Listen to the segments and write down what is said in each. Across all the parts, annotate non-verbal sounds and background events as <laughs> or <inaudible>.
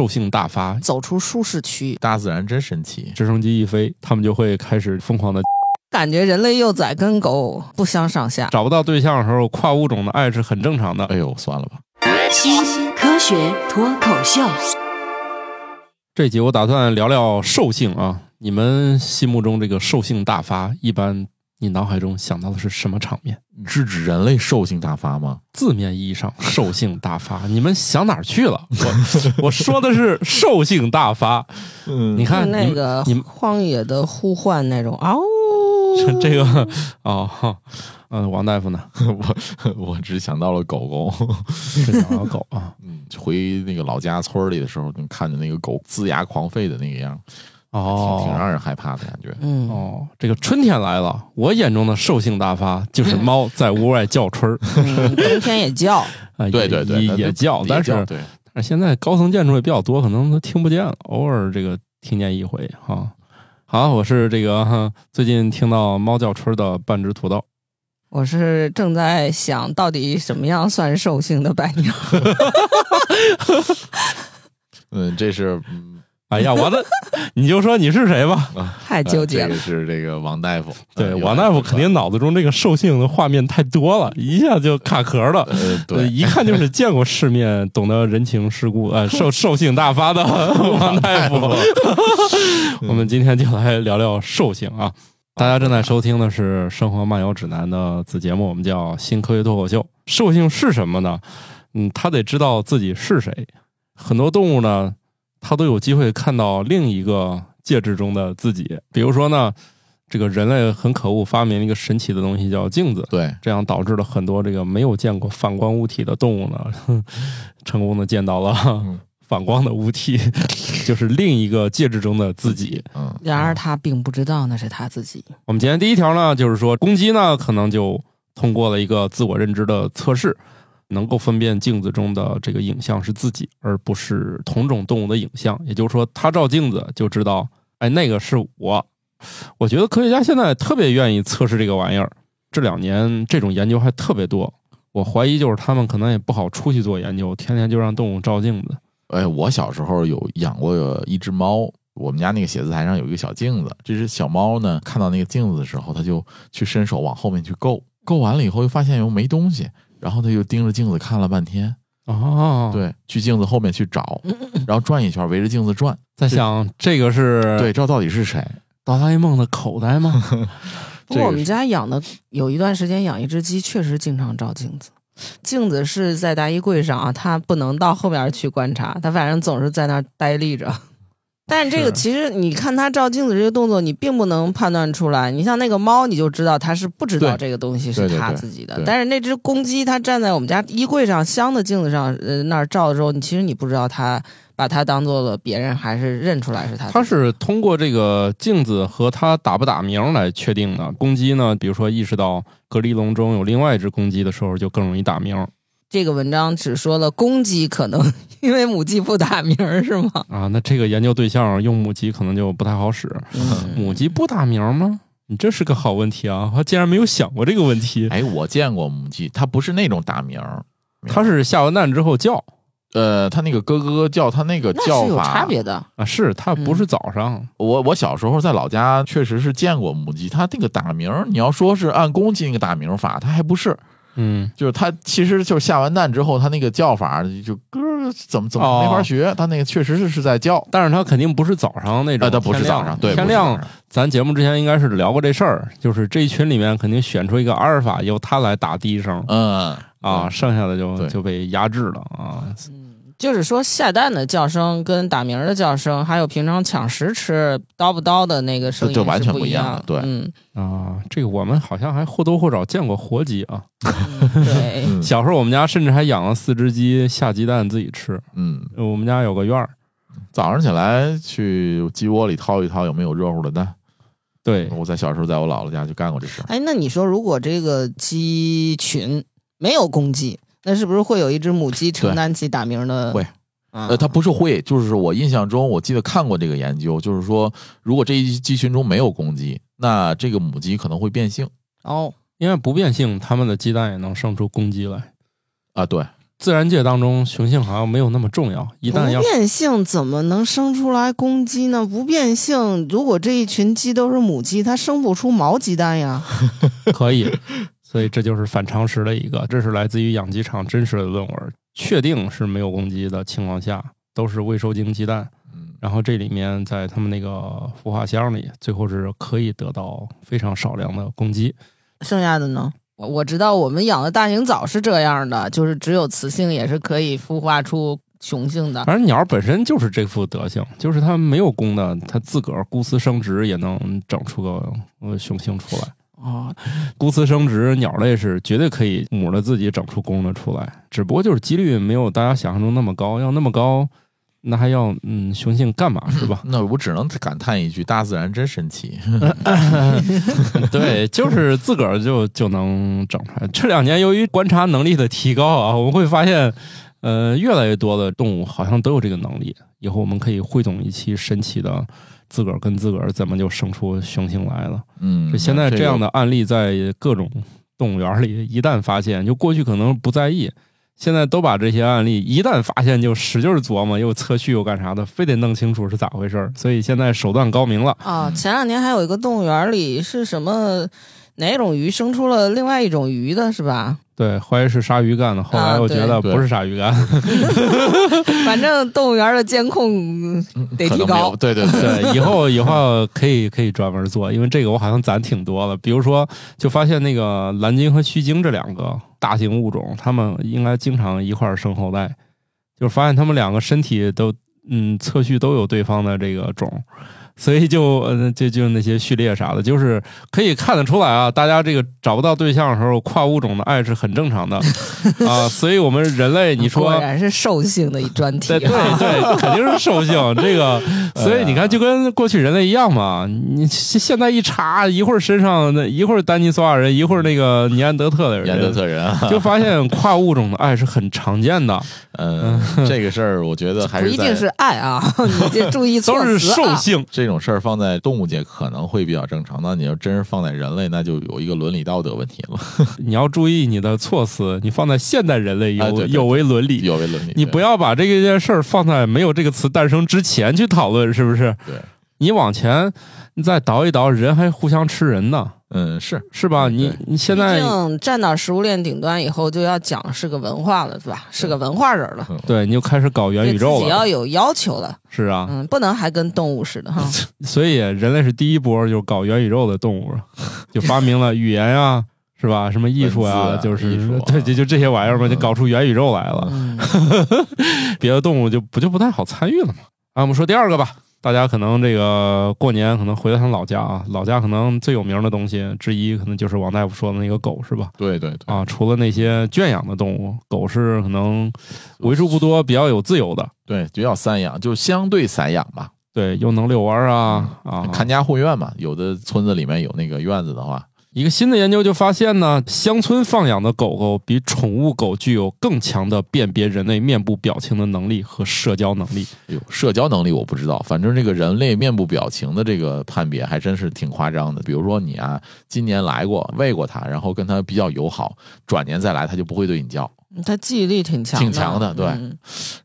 兽性大发，走出舒适区，大自然真神奇。直升机一飞，他们就会开始疯狂的。感觉人类幼崽跟狗不相上下。找不到对象的时候，跨物种的爱是很正常的。哎呦，算了吧。新科学脱口秀，这集我打算聊聊兽性啊，你们心目中这个兽性大发，一般你脑海中想到的是什么场面？你是指人类兽性大发吗？ <laughs> 字面意义上，兽性大发，你们想哪儿去了？我我说的是兽性大发。嗯你看就你那们个你们哦荒野的呼唤那种嗷，这这个哦，哈嗯、王大夫呢？我我只想到了狗狗。 <laughs> 是想要狗啊？嗯，回那个老家村儿里的时候，能看着那个狗龇牙狂吠的那个样， <laughs> 挺挺哦让人害怕的感觉。嗯，哦，这个春天来了，我眼中的兽性大发就是猫在屋外叫 <laughs> 春儿嗯冬天也叫，啊，也对对对，也它也叫，但是对，但是现在高层建筑也比较多，可能都听不见了，偶尔这个听见一回哈、好，我是这个哈最近听到猫叫春儿的半只土豆，我是正在想到底什么样算兽性的白鸟。嗯，这是嗯哎 <laughs> 呀，完了，你就说你是谁吧。太纠结哎了呃这个。是这个王大夫，对，呃王大夫肯定脑子中这个兽性的画面太多了，一下就卡壳了。呃呃对。一看就是见过世面、懂得人情世故、呃兽兽性大发的王大夫。我们今天就来聊聊兽性啊！大家正在收听的是《生活漫游指南》的子节目，我们叫《新科学脱口秀》。兽性是什么呢？嗯，它得知道自己是谁。很多动物呢，它都有机会看到另一个介质中的自己。比如说呢，这个人类很可恶，发明了一个神奇的东西叫镜子。对，这样导致了很多这个没有见过反光物体的动物呢， <laughs> 哼成功的见到了嗯反光的物体， <laughs> 就是另一个介质中的自己。嗯，然哦而他并不知道那是他自己。我们今天第一条呢，就是说公鸡呢，可能就通过了一个自我认知的测试，能够分辨镜子中的这个影像是自己，而不是同种动物的影像。也就是说，它照镜子就知道，哎，那个是我。我觉得科学家现在特别愿意测试这个玩意儿，这两年这种研究还特别多。我怀疑就是他们可能也不好出去做研究，天天就让动物照镜子。哎，我小时候有养过一只猫，我们家那个写字台上有一个小镜子，这只小猫呢，看到那个镜子的时候，它就去伸手往后面去够，够完了以后又发现又没东西，然后它就盯着镜子看了半天，哦，，对，去镜子后面去找，然后转一圈，围着镜子转，在想这个是对，这到底是谁？哆啦 A 梦的口袋吗？不这个过我是们家养的有一段时间养一只鸡，确实经常照镜子。镜子是在大衣柜上啊，它不能到后面去观察，它反正总是在那儿呆立着。 <laughs> 但是这是个其实你看它照镜子这个动作，你并不能判断出来。你像那个猫，你就知道它是不知道对这个东西对是对它对自己的。对但是那只公鸡，它站在我们家衣柜上镶的镜子上，呃，那儿照的时候，你其实你不知道它把它当做了别人，还是认出来是它啊自己。它是通过这个镜子和它打不打鸣来确定的。公鸡呢，比如说意识到隔离笼中有另外一只公鸡的时候，就更容易打鸣这个文章只说了公鸡可能因为母鸡不打鸣儿是 <laughs> 吗？啊。那这个研究对象用母鸡可能就不太好使。母鸡不打鸣吗？你这是个好问题啊！我竟然没有想过这个问题。哎，我见过母鸡，它不是那种打鸣儿，它是下完蛋之后叫呃，它那个咯咯咯叫，它那个那叫是有法差别的。啊，是它不嗯是早上，我我小时候在老家确实是见过母鸡，它那个打鸣儿，你要说是按公鸡那个打鸣法，它还不是，嗯，就是它其实就是下完蛋之后，它那个叫法就咯儿，怎么怎么哦没法学，它那个确实是是在叫，但是它肯定不是早上那种。呃，它不是早上，对，天不是早亮上咱节目之前应该是聊过这事儿，就是这一群里面肯定选出一个阿尔法，由他来打第一声嗯啊，嗯剩下的就对就被压制了啊。就是说下蛋的叫声跟打鸣儿的叫声，还有平常抢食吃叨不叨的那个声音这这完全是不不一样的样。对 <laughs> 嗯，啊，这个我们好像还或多或少见过活鸡啊。嗯对，嗯小时候我们家甚至还养了四只鸡，下鸡蛋自己吃。嗯，呃我们家有个院儿，早上起来去鸡窝里掏一掏，有没有热乎的蛋？对，我在小时候在我姥姥家就干过这事儿，哎，那你说如果这个鸡群没有公鸡，那是不是会有一只母鸡承担起打鸣儿的？会啊，呃，它不是会，就是我印象中，我记得看过这个研究，就是说，如果这一鸡群中没有公鸡，那这个母鸡可能会变性哦，因为不变性，它们的鸡蛋也能生出公鸡来。啊。对，自然界当中雄性好像没有那么重要，一旦要不变性怎么能生出来公鸡呢？不变性，如果这一群鸡都是母鸡，它生不出毛鸡蛋呀。可以， <laughs> 所以这就是反常识的一个，这是来自于养鸡场真实的论文，确定是没有公鸡的情况下，都是未受精鸡蛋。嗯？然后这里面在他们那个孵化箱里，最后是可以得到非常少量的公鸡。剩下的呢？我我知道我们养的大型藻是这样的，就是只有雌性也是可以孵化出雄性的。反正鸟本身就是这副德行，就是它没有公的，它自个儿孤雌生殖也能整出个呃雄性出来。哦，孤雌生殖，鸟类是绝对可以母的自己整出公的出来，只不过就是几率没有大家想象中那么高。要那么高，那还要嗯雄性干嘛是吧那我只能感叹一句：大自然真神奇。 <laughs> 对，就是自个儿就就能整出来。这两年由于观察能力的提高啊，我们会发现，呃，越来越多的动物好像都有这个能力。以后我们可以汇总一期神奇的自个儿跟自个儿怎么就生出雄性来了。嗯就，现在这样的的案例在各种动物园里，一旦发现，就过去可能不在意，现在都把这些案例一旦发现就使劲琢磨，又测序又干啥的，非得弄清楚是咋回事儿。所以现在手段高明了，啊，前两年还有一个动物园里是什么哪种鱼生出了另外一种鱼的，是吧？对，怀疑是鲨鱼干的，后来啊又觉对得对不是鲨鱼干，反正动物园的监嗯控得可提能没有高。对对 <laughs> 对，对，以后以后可以可以专门做，因为这个我好像攒挺多了。比如说，就发现那个蓝鲸和须鲸这两个大型物种，它们应该经常一块儿生后代，就是发现它们两个身体都嗯测序都有对方的这个种。 <laughs> 所以就呃，就就那些序列啥的，就是可以看得出来啊，大家这个找不到对象的时候，跨物种的爱是很正常的啊。所以我们人类，你说果然是兽性的一专题、 <laughs> 对对啊。对，肯定是兽性这个， <laughs> 哎所以你看，就跟过去人类一样嘛。你现现在一查，一会儿身上那一会儿丹尼索瓦人，一会儿那个尼安德特的人，严德特人啊，就发现跨物种的爱是很常见 <laughs> 的，嗯，这个事儿我觉得还不是一定在是爱啊， <laughs> 你这注意措都是辞啊兽性。这种事儿放在动物界可能会比较正常，那你要真是放在人类，那就有一个伦理道德问题了，你要注意你的措辞，你放在现代人类有、哎对对有违伦理。有违伦理。你不要要把这个件事儿放在没有这个词诞生之前去讨论，是不是？对，你往前你再倒一倒，人还互相吃人呢，嗯是是吧？对你对你现毕在竟站到食物链顶端以后，就要讲是个文化了，对吧？是个文化人了，对，你就开始搞嗯元对宇自宙己要了，有要求了。是啊，嗯，不能还跟动物似 <laughs> 的哈。所以人类是第一波就是搞元宇宙的动物， <laughs> 就发明了语言啊，是吧？什么艺术文字啊就是艺术啊对，就就这些玩意儿嘛，就搞出元宇宙来了。嗯，别的动物就不就不太好参与了嘛。啊，我们说第二个吧，大家可能这个过年可能回到他老家啊，老家可能最有名的东西之一，可能就是王大夫说的那个狗，是吧？对对对啊，除了那些圈养的动物，狗是可能为数不多比较有自由的，对，就要散养，就相对散养吧，对，又能遛弯儿啊啊，看家护院嘛。有的村子里面有那个院子的话，一个新的研究就发现呢，乡村放养的狗狗比宠物狗具有更强的辨别人类面部表情的能力和社交能力。哎呦，社交能力我不知道，反正这个人类面部表情的这个判别还真是挺夸张的。比如说你啊，今年来过喂过它，然后跟它比较友好，转年再来它就不会对你叫。它记忆力挺强，挺强的对嗯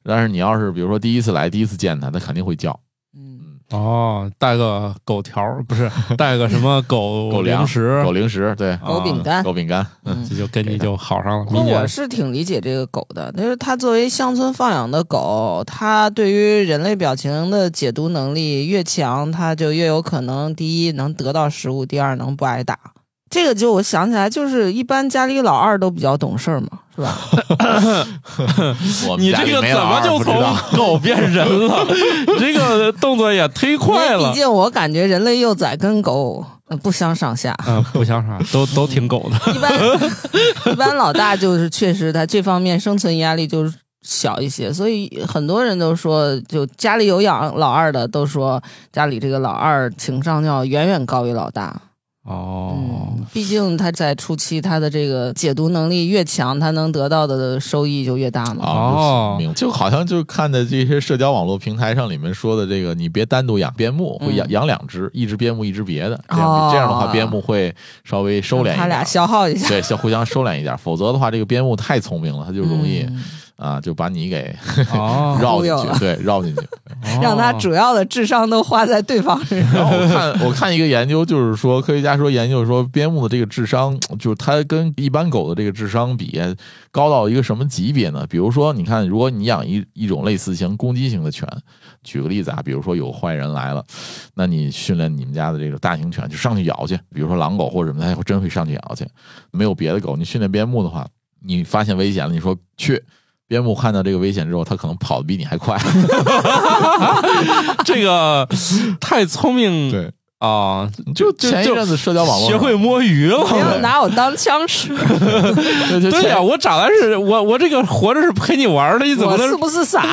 但是你要是比如说第一次来，第一次见它，它肯定会叫。嗯，哦，带个狗条儿不 <laughs> 是带个什么狗狗粮零食、狗零食，对，狗饼啊，干。狗饼干，嗯这就跟你就好上了。不过明我年是挺理解这个狗的，就是它作为乡村放养的狗，它对于人类表情的解读能力越强，它就越有可能第一能得到食物，第二能不挨打。这个就我想起来，就是一般家里老二都比较懂事儿嘛，是吧？我们你家这里个没啊怎老么二就不知从道狗变人了？你这个动作也忒快因为了毕。竟我感觉人类幼崽跟狗呃不相上 <laughs> 下。嗯，不想啥，都都挺狗的。一般 <laughs> 一般老大就是确实他这方面生存压力就是小一些，所以很多人都说，就家里有养老二的都说家里这个老二情商要远远高于老大。哦，嗯，毕竟他在初期他的这个解读能力越强，他能得到的收益就越大嘛。哦啊，就是明就好像就看的这些社交网络平台上里面说的这个，你别单独养边牧，嗯会养养两只，一只边牧，一只别的，这样哦这样的话边牧会稍微收敛一点，他俩消耗一下，对，相互相收敛一点，否则的话，这个边牧太聪明了，它就容易嗯啊，就把你给 <laughs> 哦，绕忽悠进去，了对，绕进去。让哦他主要的智商都花在对方 <laughs> 身上。然后我看我看一个研究，就是说科学家说研究说边牧的这个智商，就是它跟一般狗的这个智商比，高到一个什么级别呢？比如说，你看，如果你养一一种类似型攻击型的犬，举个例子啊，比如说有坏人来了，那你训练你们家的这个大型犬就上去咬去，比如说狼狗或者什么，它会真会上去咬去。没有别的狗，你训练边牧的话，你发现危险了，你说去。边牧看到这个危险之后，它可能跑得比你还快。这个太聪明对，啊！就就前一就阵子社交网络学上会摸鱼不了。要拿我当枪使，对就 <laughs> 对啊前呀、我长来是我我这个活着是陪你玩儿 <laughs> 的，你怎么我是能不是傻？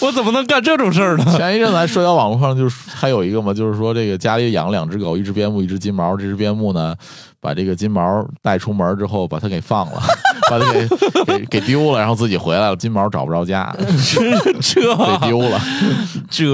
我怎么能干这种事儿 <laughs> 呢？ <laughs> 前一阵子还社交网络上就是还有一个嘛，就是说这个家里养了两只狗，一只边牧，一只金毛。这只边牧呢，把这个金毛带出门之后，把它给放了， <laughs> 把它给给给丢了，然后自己回来了。金毛找不着家， <laughs> 被这丢了。这，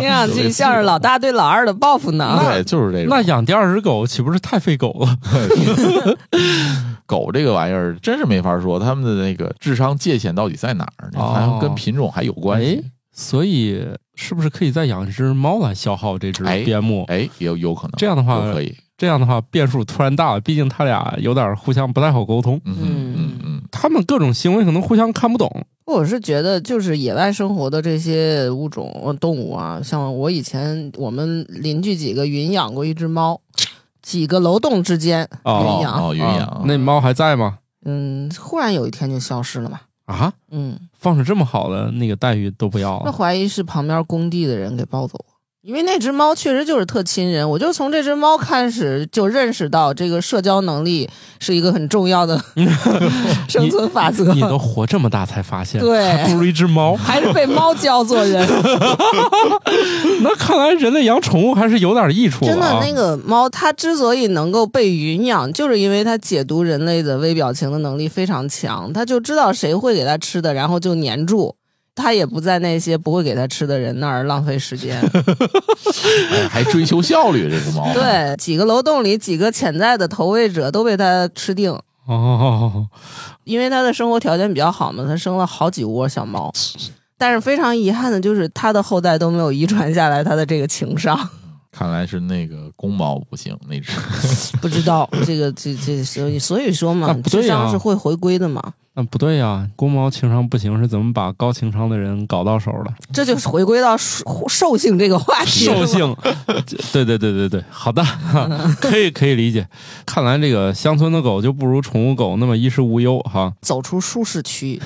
听上去像是老大对老二的报复呢。对，就是这 <laughs> 啊那种。养第二只狗岂不是太费狗了？ <laughs> 狗这个玩意儿真是没法说，它们的那个智商界限到底在哪儿？哦还跟品种还有哎关系。所以是不是可以再养一只猫来消耗这只哎边牧？哎，也有有可能这样的话都可以。这样的话变数突然大了，毕竟它俩有点互相不太好沟通，嗯哼嗯嗯，它们各种行为可能互相看不懂。我是觉得，就是野外生活的这些物种、呃动物啊，像我以前我们邻居几个云养过一只 <laughs> 猫，几个楼栋之间，哦云养哦，云啊养，那猫还在吗？嗯，忽然有一天就消失了嘛。啊，嗯，放着这么好的那个待遇都不要哦那了，怀疑是旁边工地的人给抱走了。因为那只猫确实就是特亲人，我就从这只猫开始就认识到这个社交能力是一个很重要的 <laughs> 生存法则。你都活这么大才发现，对。还不如一只猫 <laughs> 还是被猫教做人， <laughs> 那看来人类养宠物还是有点益处真的啊那个猫，它之所以能够被驯养，就是因为它解读人类的微表情的能力非常强，它就知道谁会给它吃的，然后就粘住。它也不在那些不会给它吃的人那儿浪费时间。哎还追求效率，这个猫。对，几个楼栋里几个潜在的投喂者都被它吃定，哦，因为它的生活条件比较好嘛，它生了好几窝小猫。但是非常遗憾的就是，它的后代都没有遗传下来它的这个情商。看来是那个公猫不行，<laughs> 那只不知道这个这这所以所以说嘛，那不对啊智商是会回归的嘛，那不对呀、公猫情商不行是怎么把高情商的人搞到手的？这就是回归到兽兽性这个话题。兽，性， <laughs> 这对对对对对，好的， <laughs> 哈可以可以理解。看来这个乡村的狗就不如宠物狗那么衣食无忧哈。走出舒适区，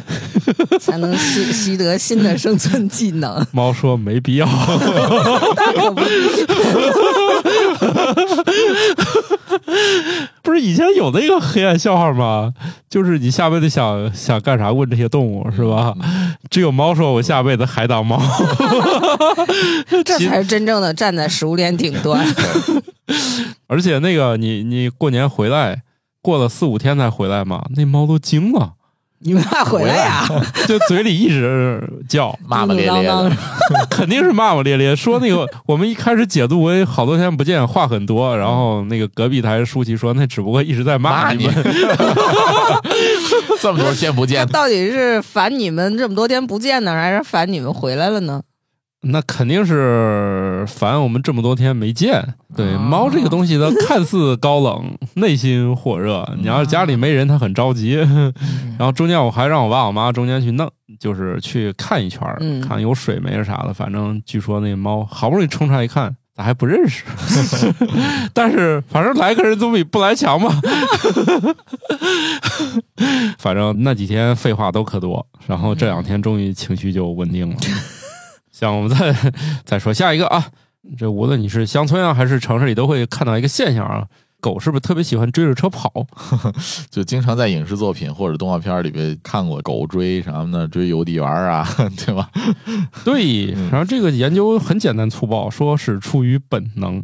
才能习习得新的生存技能。猫说没必要，大可不必不是以前有那个黑暗笑话吗？就是你下辈子想想干啥，问这些动物是吧？只有猫说，我下辈子还当猫。这才是真正的站在食物链顶端。而且那个你你过年回来，过了四五天才回来嘛，那猫都惊了，你们快回来呀！就嘴里一直叫。骂骂咧咧叮叮当的 <laughs> 当。肯定是骂骂咧咧，说那个 <laughs> 我们一开始解读为好多天不见，话很多，然后那个隔壁台舒淇说那只不过一直在骂你 <laughs> 们，，这么多见不见 <laughs> 的，到底是烦你们这么多天不见呢，还是烦你们回来了呢？那肯定是烦我们这么多天没见。对，啊猫这个东西它看似高冷，内心火热，你要是家里没人，它很着急。嗯 <laughs> 然后中间我还让我爸我妈中间去弄，就是去看一圈儿，嗯看有水没啥的，反正据说那猫好不容易冲上来一看。咋还不认识？ <laughs> 但是反正来个人总比不来强嘛。 <laughs> 反正那几天废话都可多，然后这两天终于情绪就稳定了。行，我们再再说下一个啊。这无论你是乡村啊还是城市里，都会看到一个现象啊，狗是不是特别喜欢追着车跑？ <laughs> 就经常在影视作品或者动画片里边看过狗追什么的，追邮递员啊， <laughs> 对吧？对，嗯然后这个研究很简单粗暴，说是出于本能，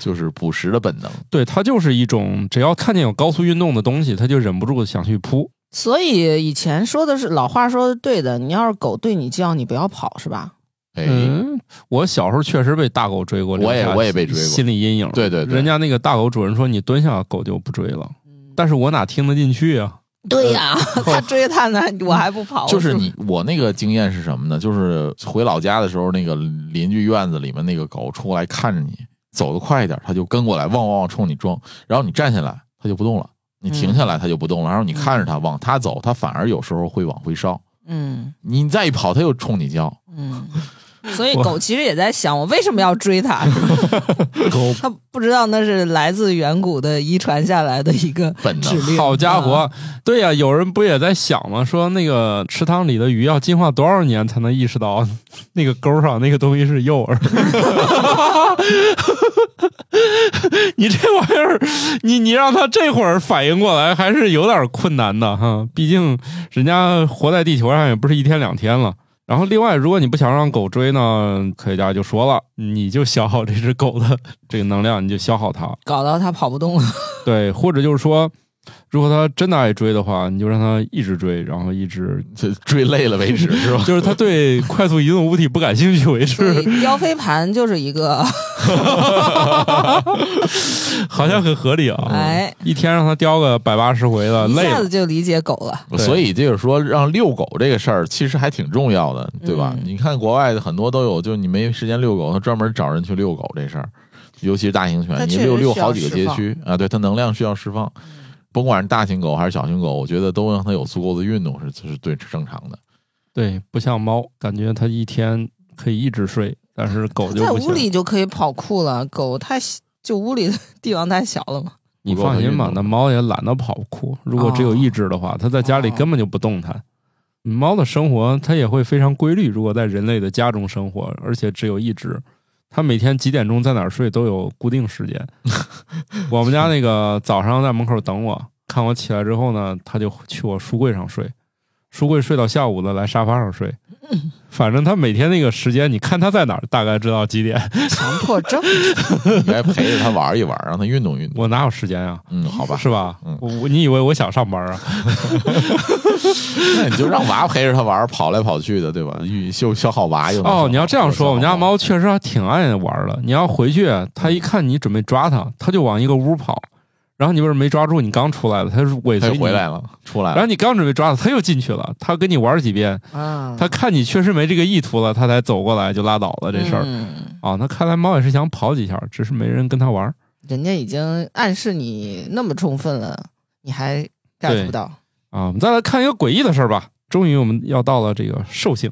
就是捕食的本能。对，它就是一种只要看见有高速运动的东西，它就忍不住想去扑。所以以前说的是老话说的对的，你要是狗对你叫，你不要跑，是吧？哎，嗯，我小时候确实被大狗追过，我也留下我也被追过心理阴影。对对对人家那个大狗主人说你蹲下，狗就不追了，但是我哪听得进去啊？对呀、他呃追他呢，我还不跑？就是吧你我那个经验是什么呢？就是回老家的时候，那个邻居院子里面那个狗冲过来看着你，走得快一点，它就跟过来，汪汪汪冲你撞，然后你站下来，它就不动了；你停下来，它就不动了。然后你看着它往它走，它反而有时候会往回烧。嗯你再一跑，它又冲你叫。嗯。所以狗其实也在想，我为什么要 <laughs> 追它？狗它不知道那是来自远古的遗传下来的一个本能指令。好家啊！伙，对呀、有人不也在想吗？说那个池塘里的鱼要进化多少年才能意识到 <laughs> 那个钩上那个东西是诱饵？ <laughs> 你这玩意儿，你你让他这会儿反应过来，还是有点困难的哈。毕竟人家活在地球上也不是一天两天了。然后，另外，如果你不想让狗追呢，科学家就说了，你就消耗这只狗的这个能量，你就消耗它。搞到它跑不动了。 <laughs> 对，或者就是说，如果他真的爱追的话，你就让他一直追，然后一直就追累了为止，是吧？就是他 <laughs> 对快速移动物体不感兴趣为所以止，叼飞盘就是 <laughs> 一个，好像很合理啊。哎，一天让他叼个百八十回的，一呃累下了子。就理解狗了。对所以就是说，让遛狗这个事儿其实还挺重要的，对吧？嗯你看国外的很多都有，就是你没时间遛狗，他专门找人去遛狗这事儿，尤其是大型它犬，你确实遛遛需要嗯好几个街区啊，对，它能量需要释放。甭管是大型狗还是小型狗，我觉得都让它有足够的运动是是对正常的。对，不像猫，感觉它一天可以一直睡，但是狗就在不屋行。里就可以跑酷了，狗太小就屋里的地方太小了嘛。你放心吧，那猫也懒得跑酷。如果哦只有一只的话，它在家里根本就不动弹。猫的生活它也会非常规律。如果在人类的家中生活，而且只有一只，它每天几点钟在哪儿睡都有固定时 <laughs> 间。我们家那个早上在门口等我，看我起来之后呢，它就去我书柜上睡，书柜睡到下午了来沙发上 <laughs> 睡。反正它每天那个时间，你看它在哪儿，大概知道几点。强迫症， <laughs> 应该陪着它玩一玩， <laughs> 让它运动运动。我哪有时间呀、嗯，好吧，是吧？嗯我我你以为我想上班啊？那你就让娃陪着它玩，跑来跑去的，对吧？运消消耗娃用。哦，你要这样说，我们家消耗猫确实还挺爱玩的。你要回去，它一看你准备抓它，它就往一个屋跑。然后你不是没抓住，你刚出来了，它就尾它随就你回来。了，出来然了后。你刚准备抓它，它又进去了。它跟你玩几遍，啊，它看你确实没这个意图了，它才走过来就拉倒了这事儿。嗯啊，那看来猫也是想跑几下，只是没人跟它玩。人家已经暗示你那么充分了，你还 get 不到。啊，我们再来看一个诡异的事儿吧。终于我们要到了这个兽性，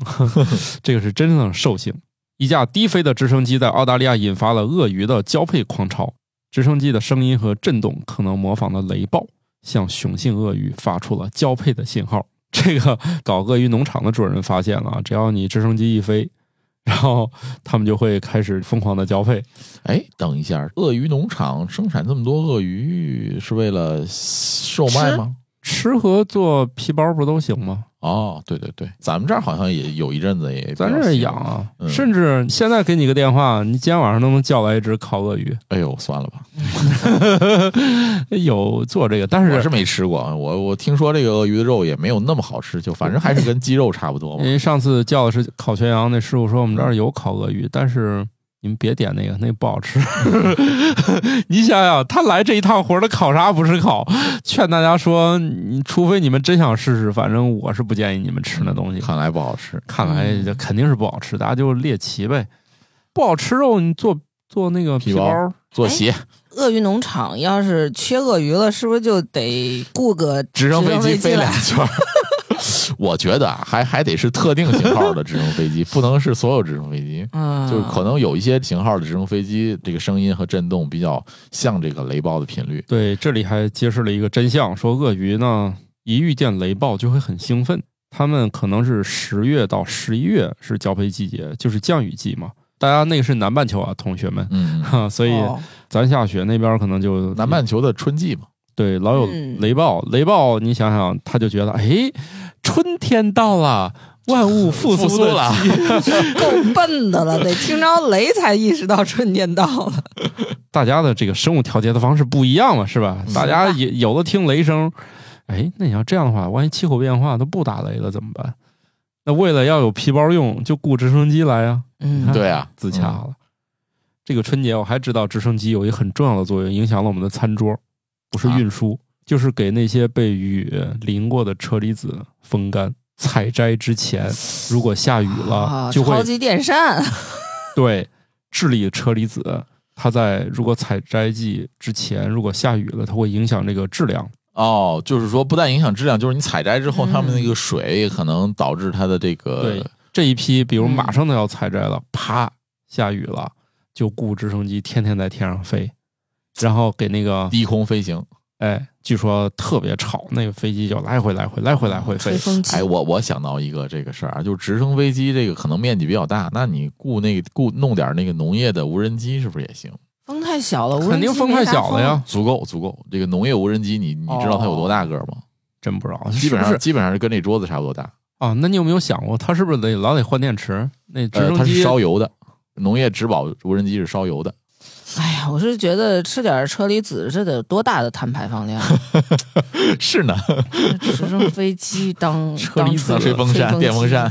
这个是真正的兽性。一架低飞的直升机在澳大利亚引发了鳄鱼的交配狂潮，直升机的声音和震动可能模仿了雷暴，向雄性鳄鱼发出了交配的信号。这个搞鳄鱼农场的主人发现了啊，只要你直升机一飞，然后他们就会开始疯狂的交配。哎，等一下，鳄鱼农场生产这么多鳄鱼是为了售卖吗？吃和做皮包不都行吗？哦，对对对，咱们这儿好像也有一阵子也比较咱这儿养兴啊，嗯甚至现在给你个电话，你今天晚上都能叫来一只烤鳄鱼。哎哎呦，算了吧，有做这个，但我是是没吃过，我我听说这个鳄鱼的肉也没有那么好吃，就反正还是跟鸡肉差不多因 <laughs> 嘛。为上次叫的是烤全羊，那师傅说我们这儿有烤鳄鱼，但是你们别点那个，那不好吃。 <laughs> 你想想，他来这一趟活儿，他烤啥不是烤？劝大家说，你除非你们真想试试，反正我是不建议你们吃那东西。看来不好吃，嗯看嗯来这肯定是不好吃，大家就猎奇呗。不好吃肉，你做做那个皮皮包包儿。做鞋哎鳄鱼农场要是缺鳄鱼了，是不是就得雇个直升飞 <laughs> 飞啊机飞两来？圈儿。我觉得啊，还还得是特定型号的直升 <laughs> 飞机，不能是所有直升飞机。啊嗯，就是可能有一些型号的直升飞机，这个声音和震动比较像这个雷暴的频率。对，这里还揭示了一个真相，说鳄鱼呢一遇见雷暴就会很兴奋，它们可能是十月到十一月是交配季节，就是降雨季嘛。大家那个是南半球啊，同学们， <laughs> 嗯，嗯哈，所以哦咱下雪那边可能就南半球的春季嘛，对老有嗯雷暴，雷暴你想想，他就觉得哎，春天到了，万物复苏复苏的了季节够笨的了，得听着雷才意识到春天到了。大家的这个生物调节的方式不一样嘛，是吧？嗯大家也有的听雷声，哎，那你要这样的话，万一气候变化都不打雷了怎么办？那为了要有皮包用，就雇直升机来啊，嗯嗯对啊，自洽了。这个春节我还知道直升机有一个很重要的作用，影响了我们的餐桌，不是啊运输，就是给那些被雨淋过的车厘子风干。采摘之前，如果下雨了，啊，就会超级电扇，对智利车厘子，它在如果采摘季之前，如果下雨了，它会影响这个质量。哦，就是说不但影响质量，就是你采摘之后，嗯它们那个水可能导致它的对这个，这一批，比如嗯马上都要采摘了，啪，下雨了，就雇直升机天天在天上飞，然后给那个低空飞行。哎，据说特别吵，那个飞机就来回来回来回来回飞吹。风机哎，，我我想到一个这个事儿啊，就是直升飞机这个可能面积比较大，那你雇那个雇弄点那个农业的无人机是不是也行？风太小了，无人肯定机风没太啥小了呀风，，足够足够，这个农业无人机你你知道它有多大个儿吗？真不知道，基本哦啊是上不是基本上是跟这桌子差不多大。啊。那你有没有想过，它是不是得老得换电池？那直呃，它升是机烧油的，农业植保无人机是烧 <laughs> 油的。哎呀，我是觉得吃点车厘子，这得多大的碳排放量啊？是 <laughs> 呢，直升飞机当车当厘子吹风扇、电风扇，，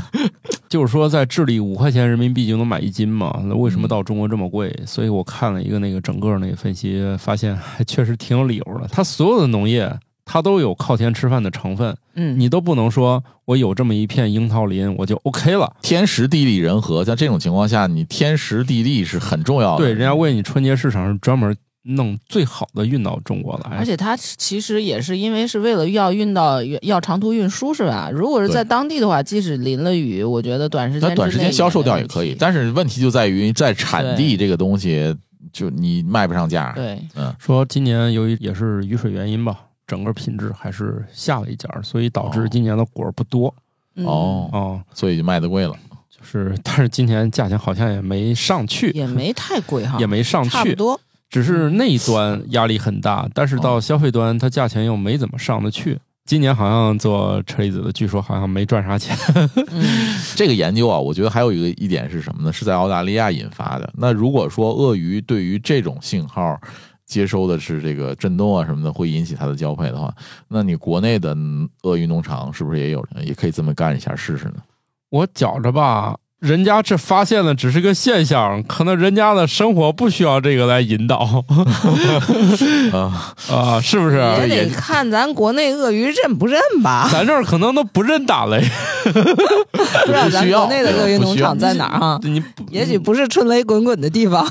就是说，在智利五块钱人民币就能买一斤嘛？那为什么嗯到中国这么贵？所以我看了一个那个整个那个分析，发现还确实挺有理由的。它所有的农业，它都有靠天吃饭的成分，嗯，你都不能说我有这么一片樱桃林我就 OK 了。天时地利人和，像这种情况下，你天时地利是很重要的。对，人家为你春节市场是专门弄最好的运到中国哎来而。且它其实也是因为是为了要运到要长途运输是吧？如果是对在当地的话，即使淋了雨，我觉得短时间它短时间销售掉也可以，但是问题就在于在产地这个东西，就你卖不上价。对说今年由于也是雨水原因吧，整个品质还是下了一截儿，所以导哦致今年的果儿不多嗯哦，哦。所以就卖的贵了。就是，但是今年价钱好像也没上去，嗯也没太贵哈，也没上啊差不去，多，嗯哦只是那一端压力很大，但是到消费端它价钱又没怎么上得去。今年好像做车厘子的，据说好像没赚啥钱。 <laughs> 嗯，这个研究啊，我觉得还有一个一点是什么呢？是在澳大利亚引发的。那如果说鳄鱼对于这种信号接收的是这个震动啊什么的，会引起它的交配的话，那你国内的嗯鳄鱼农场是不是也有人也可以这么干一下试试呢？我觉着吧，人家这发现的只是个现象，可能人家的生活不需要这个来引导 <laughs> 啊，啊，是不是？也得看咱国内鳄鱼认不认吧？咱这儿可能都不认打雷，不知道咱需要国内的鳄鱼不农需要场在哪儿啊？ <laughs> 你不嗯也许不是春雷滚滚的地方，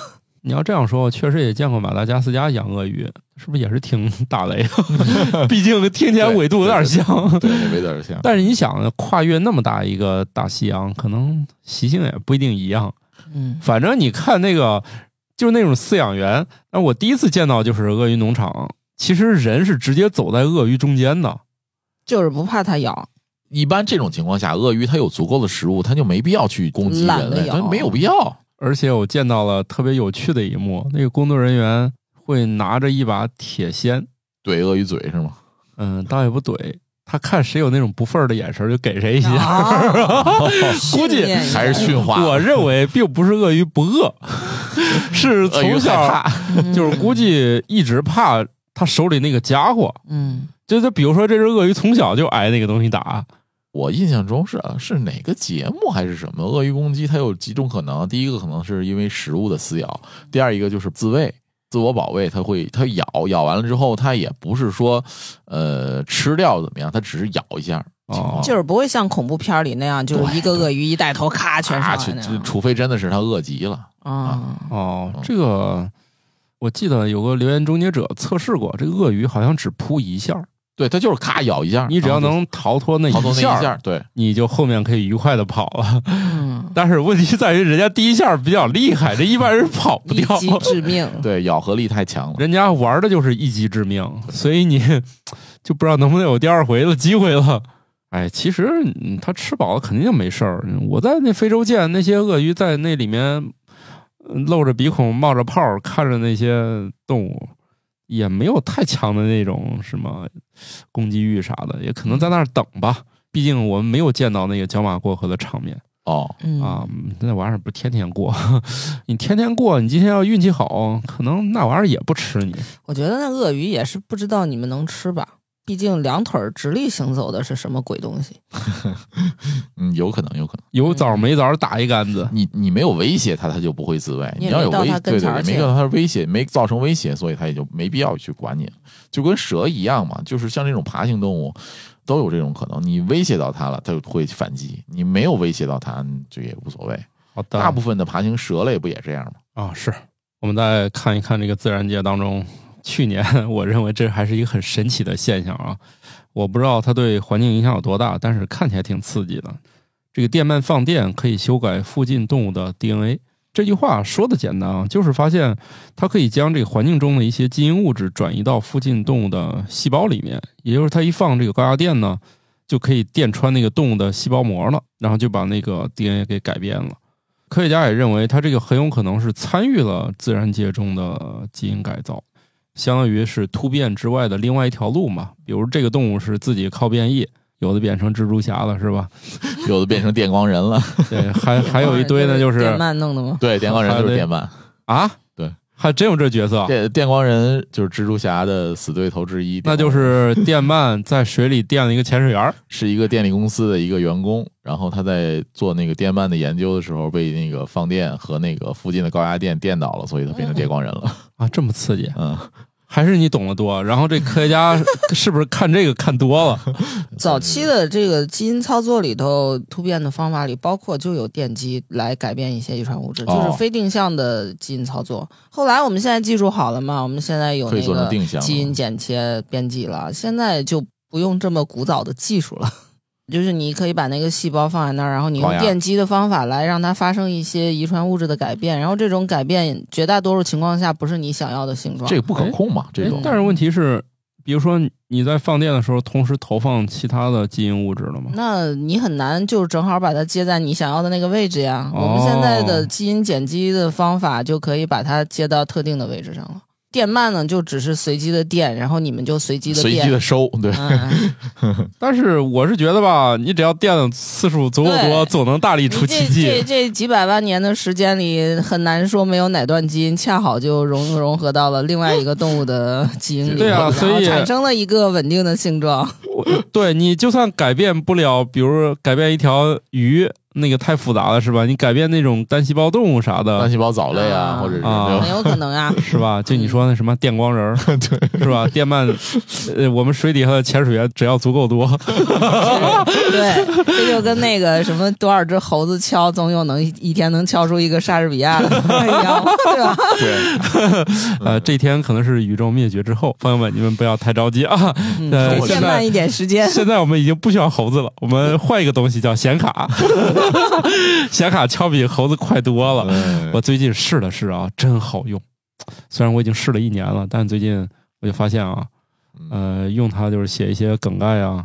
你要这样说，我确实也见过马达加斯加养鳄鱼，是不是也是挺打雷的？ <laughs> 毕竟听起来纬度有点像。 <laughs> 对，那没点儿像。但是你想，跨越那么大一个大西洋，可能习性也不一定一样。嗯，反正你看那个，就是那种饲养员，那我第一次见到就是鳄鱼农场，其实人是直接走在鳄鱼中间的。就是不怕它 <laughs> 咬，一般这种情况下，鳄鱼它有足够的食物，它就没必要去攻击懒人得类，咬它没有必要。而且我见到了特别有趣的一幕，那个工作人员会拿着一把铁锨，怼鳄鱼嘴是吗？嗯，倒也不怼，他看谁有那种不忿儿的眼神，就给谁一下。 <laughs> 啊估计训练一下还是驯化？我认为并不是鳄鱼不饿， <laughs> 是鳄从鱼害小怕，嗯就是估计一直怕他手里那个家伙。嗯，就就比如说，这只鳄鱼从小就挨那个东西打，我印象中是啊，是哪个节目还是什么？鳄鱼攻击它有几种可能，第一个可能是因为食物的撕咬，第二一个就是自卫。自我保卫，它会它咬咬完了之后，它也不是说，呃，吃掉怎么样，它只是咬一下，情况哦就是不会像恐怖片里那样，就是一个鳄鱼一带头，咔全啊，上去来那就样除非真的是它饿极了，啊。哦，这个我记得有个留言终结者测试过，这个鳄鱼好像只扑一下儿，对，它就是咔咬一下，你只要然后能逃脱那啊就逃脱一那下一儿，下，对，你就后面可以愉快的跑了。嗯， <laughs> 但是问题在于，人家第一下儿比较厉害，这一般人跑不一掉。击致 <laughs> 命。对，咬合力太强了。人家玩的就是一击致命，所以你 <laughs> 就不知道能不能有第二回的机会了。哎，其实嗯他吃饱了肯定就没事儿。我在那非洲见那些鳄鱼在那里面呃露着鼻孔冒着泡儿，看着那些动物，也没有太强的那种什么攻击欲啥的，也可能在那儿等吧。毕竟我们没有见到那个角马过河的场面哦，嗯啊，那玩意儿不天天过， <laughs> 你天天过，你今天要运气好，可能那玩意儿也不吃你。我觉得那鳄鱼也是不知道你们能吃吧？毕竟两腿儿直立行走的是什么鬼东西？嗯，有可能，有可能。有枣没枣打一杆子。你你没有威胁他，他就不会自卫。你你也要有没到威他，跟对前对儿对，去没到他威胁，没造成威胁，所以他也就没必要去管你了。就跟蛇一样嘛，就是像这种爬行动物，都有这种可能。你威胁到它了，它就会反击；你没有威胁到它，这也无所谓。好的，大部分的爬行蛇类不也这样吗？啊，是我们再看一看这个自然界当中，去年 <laughs> 我认为这还是一个很神奇的现象啊，我不知道它对环境影响有多大，但是看起来挺刺激的。这个电鳗放电可以修改附近动物的 DNA。这句话说的简单啊，就是发现它可以将这个环境中的一些基因物质转移到附近动物的细胞里面，也就是它一放这个高压电呢，就可以电穿那个动物的细胞膜了，然后就把那个 DNA 给改变了。科学家也认为，它这个很有可能是参与了自然界中的基因改造，相当于是突变之外的另外一条路嘛。比如这个动物是自己靠变异，有的变成蜘蛛侠了，是吧？有的变成电光人了，对，还还有一堆呢，就是哦电鳗弄的吗？ <laughs> 对，电光人就是电鳗，啊，对，还真有这角色，电电光人就是蜘蛛侠的死对头之一，那就电光人是电鳗在水里电了一个潜水员儿，是一个电力公司的一个员工，然后他在做那个电鳗的研究的时候，被那个放电和那个附近的高压电电到了，所以他变成电光人了。啊，这么刺激，嗯，还是你懂得多。然后这科学家是不是看这个看多了？早期的这个基因操作里头，突变的方法里包括就有电击来改变一些遗传物质，哦就是非定向的基因操作。后来我们现在技术好了嘛，我们现在有可以那做成个定向了基因剪切编辑了，现在就不用这么古早的技术了。 <laughs> 就是你可以把那个细胞放在那儿，然后你高用压电击的方法来让它发生一些遗传物质的改变，然后这种改变绝大多数情况下不是你想要的形状。这个不可控嘛，这种哎。但是问题是，比如说你在放电的时候，同时投放其他的基因物质了吗？那你很难就正好把它接在你想要的那个位置呀。哦我们现在的基因剪辑的方法就可以把它接到特定的位置上了。电鳗呢，就只是随机的电，然后你们就随机的随电。机的收，对，嗯， <laughs> 但是我是觉得吧，你只要电的次数足够多，对总能大力你出奇这这迹。这几百万年的时间里，很难说没有哪段基因恰好就融融合到了另外一个动物的基因里，对啊然后所以产生了一个稳定的 <laughs> 性状。对你就算改变不了，比如改变一条鱼，那个太复杂了，是吧？你改变那种单细胞动物啥单的，细胞藻类啊啊，或者是啊没很 <laughs> 有有可能啊，是吧？就你说那什么电光人 <laughs> 儿，对，是吧？电鳗，呃，我们水底下的潜水员只要足够多， <laughs> 对，这就跟那个什么多少只猴子敲，总有能一天能敲出一个莎士比亚的一样， <laughs> 对 <laughs> 吧？对，嗯呃，这天可能是宇宙灭绝之后，朋友们，你们不要太着急 <laughs> 啊。嗯对给我电现在鳗一点时间。现在我们已经不需要猴子了，我们换一个东西叫显 <laughs> 卡，显卡敲比猴子快多了。嗯我最近试了试啊，真好用。虽然我已经试了一年了，但最近我就发现啊，嗯呃，用它就是写一些梗概啊，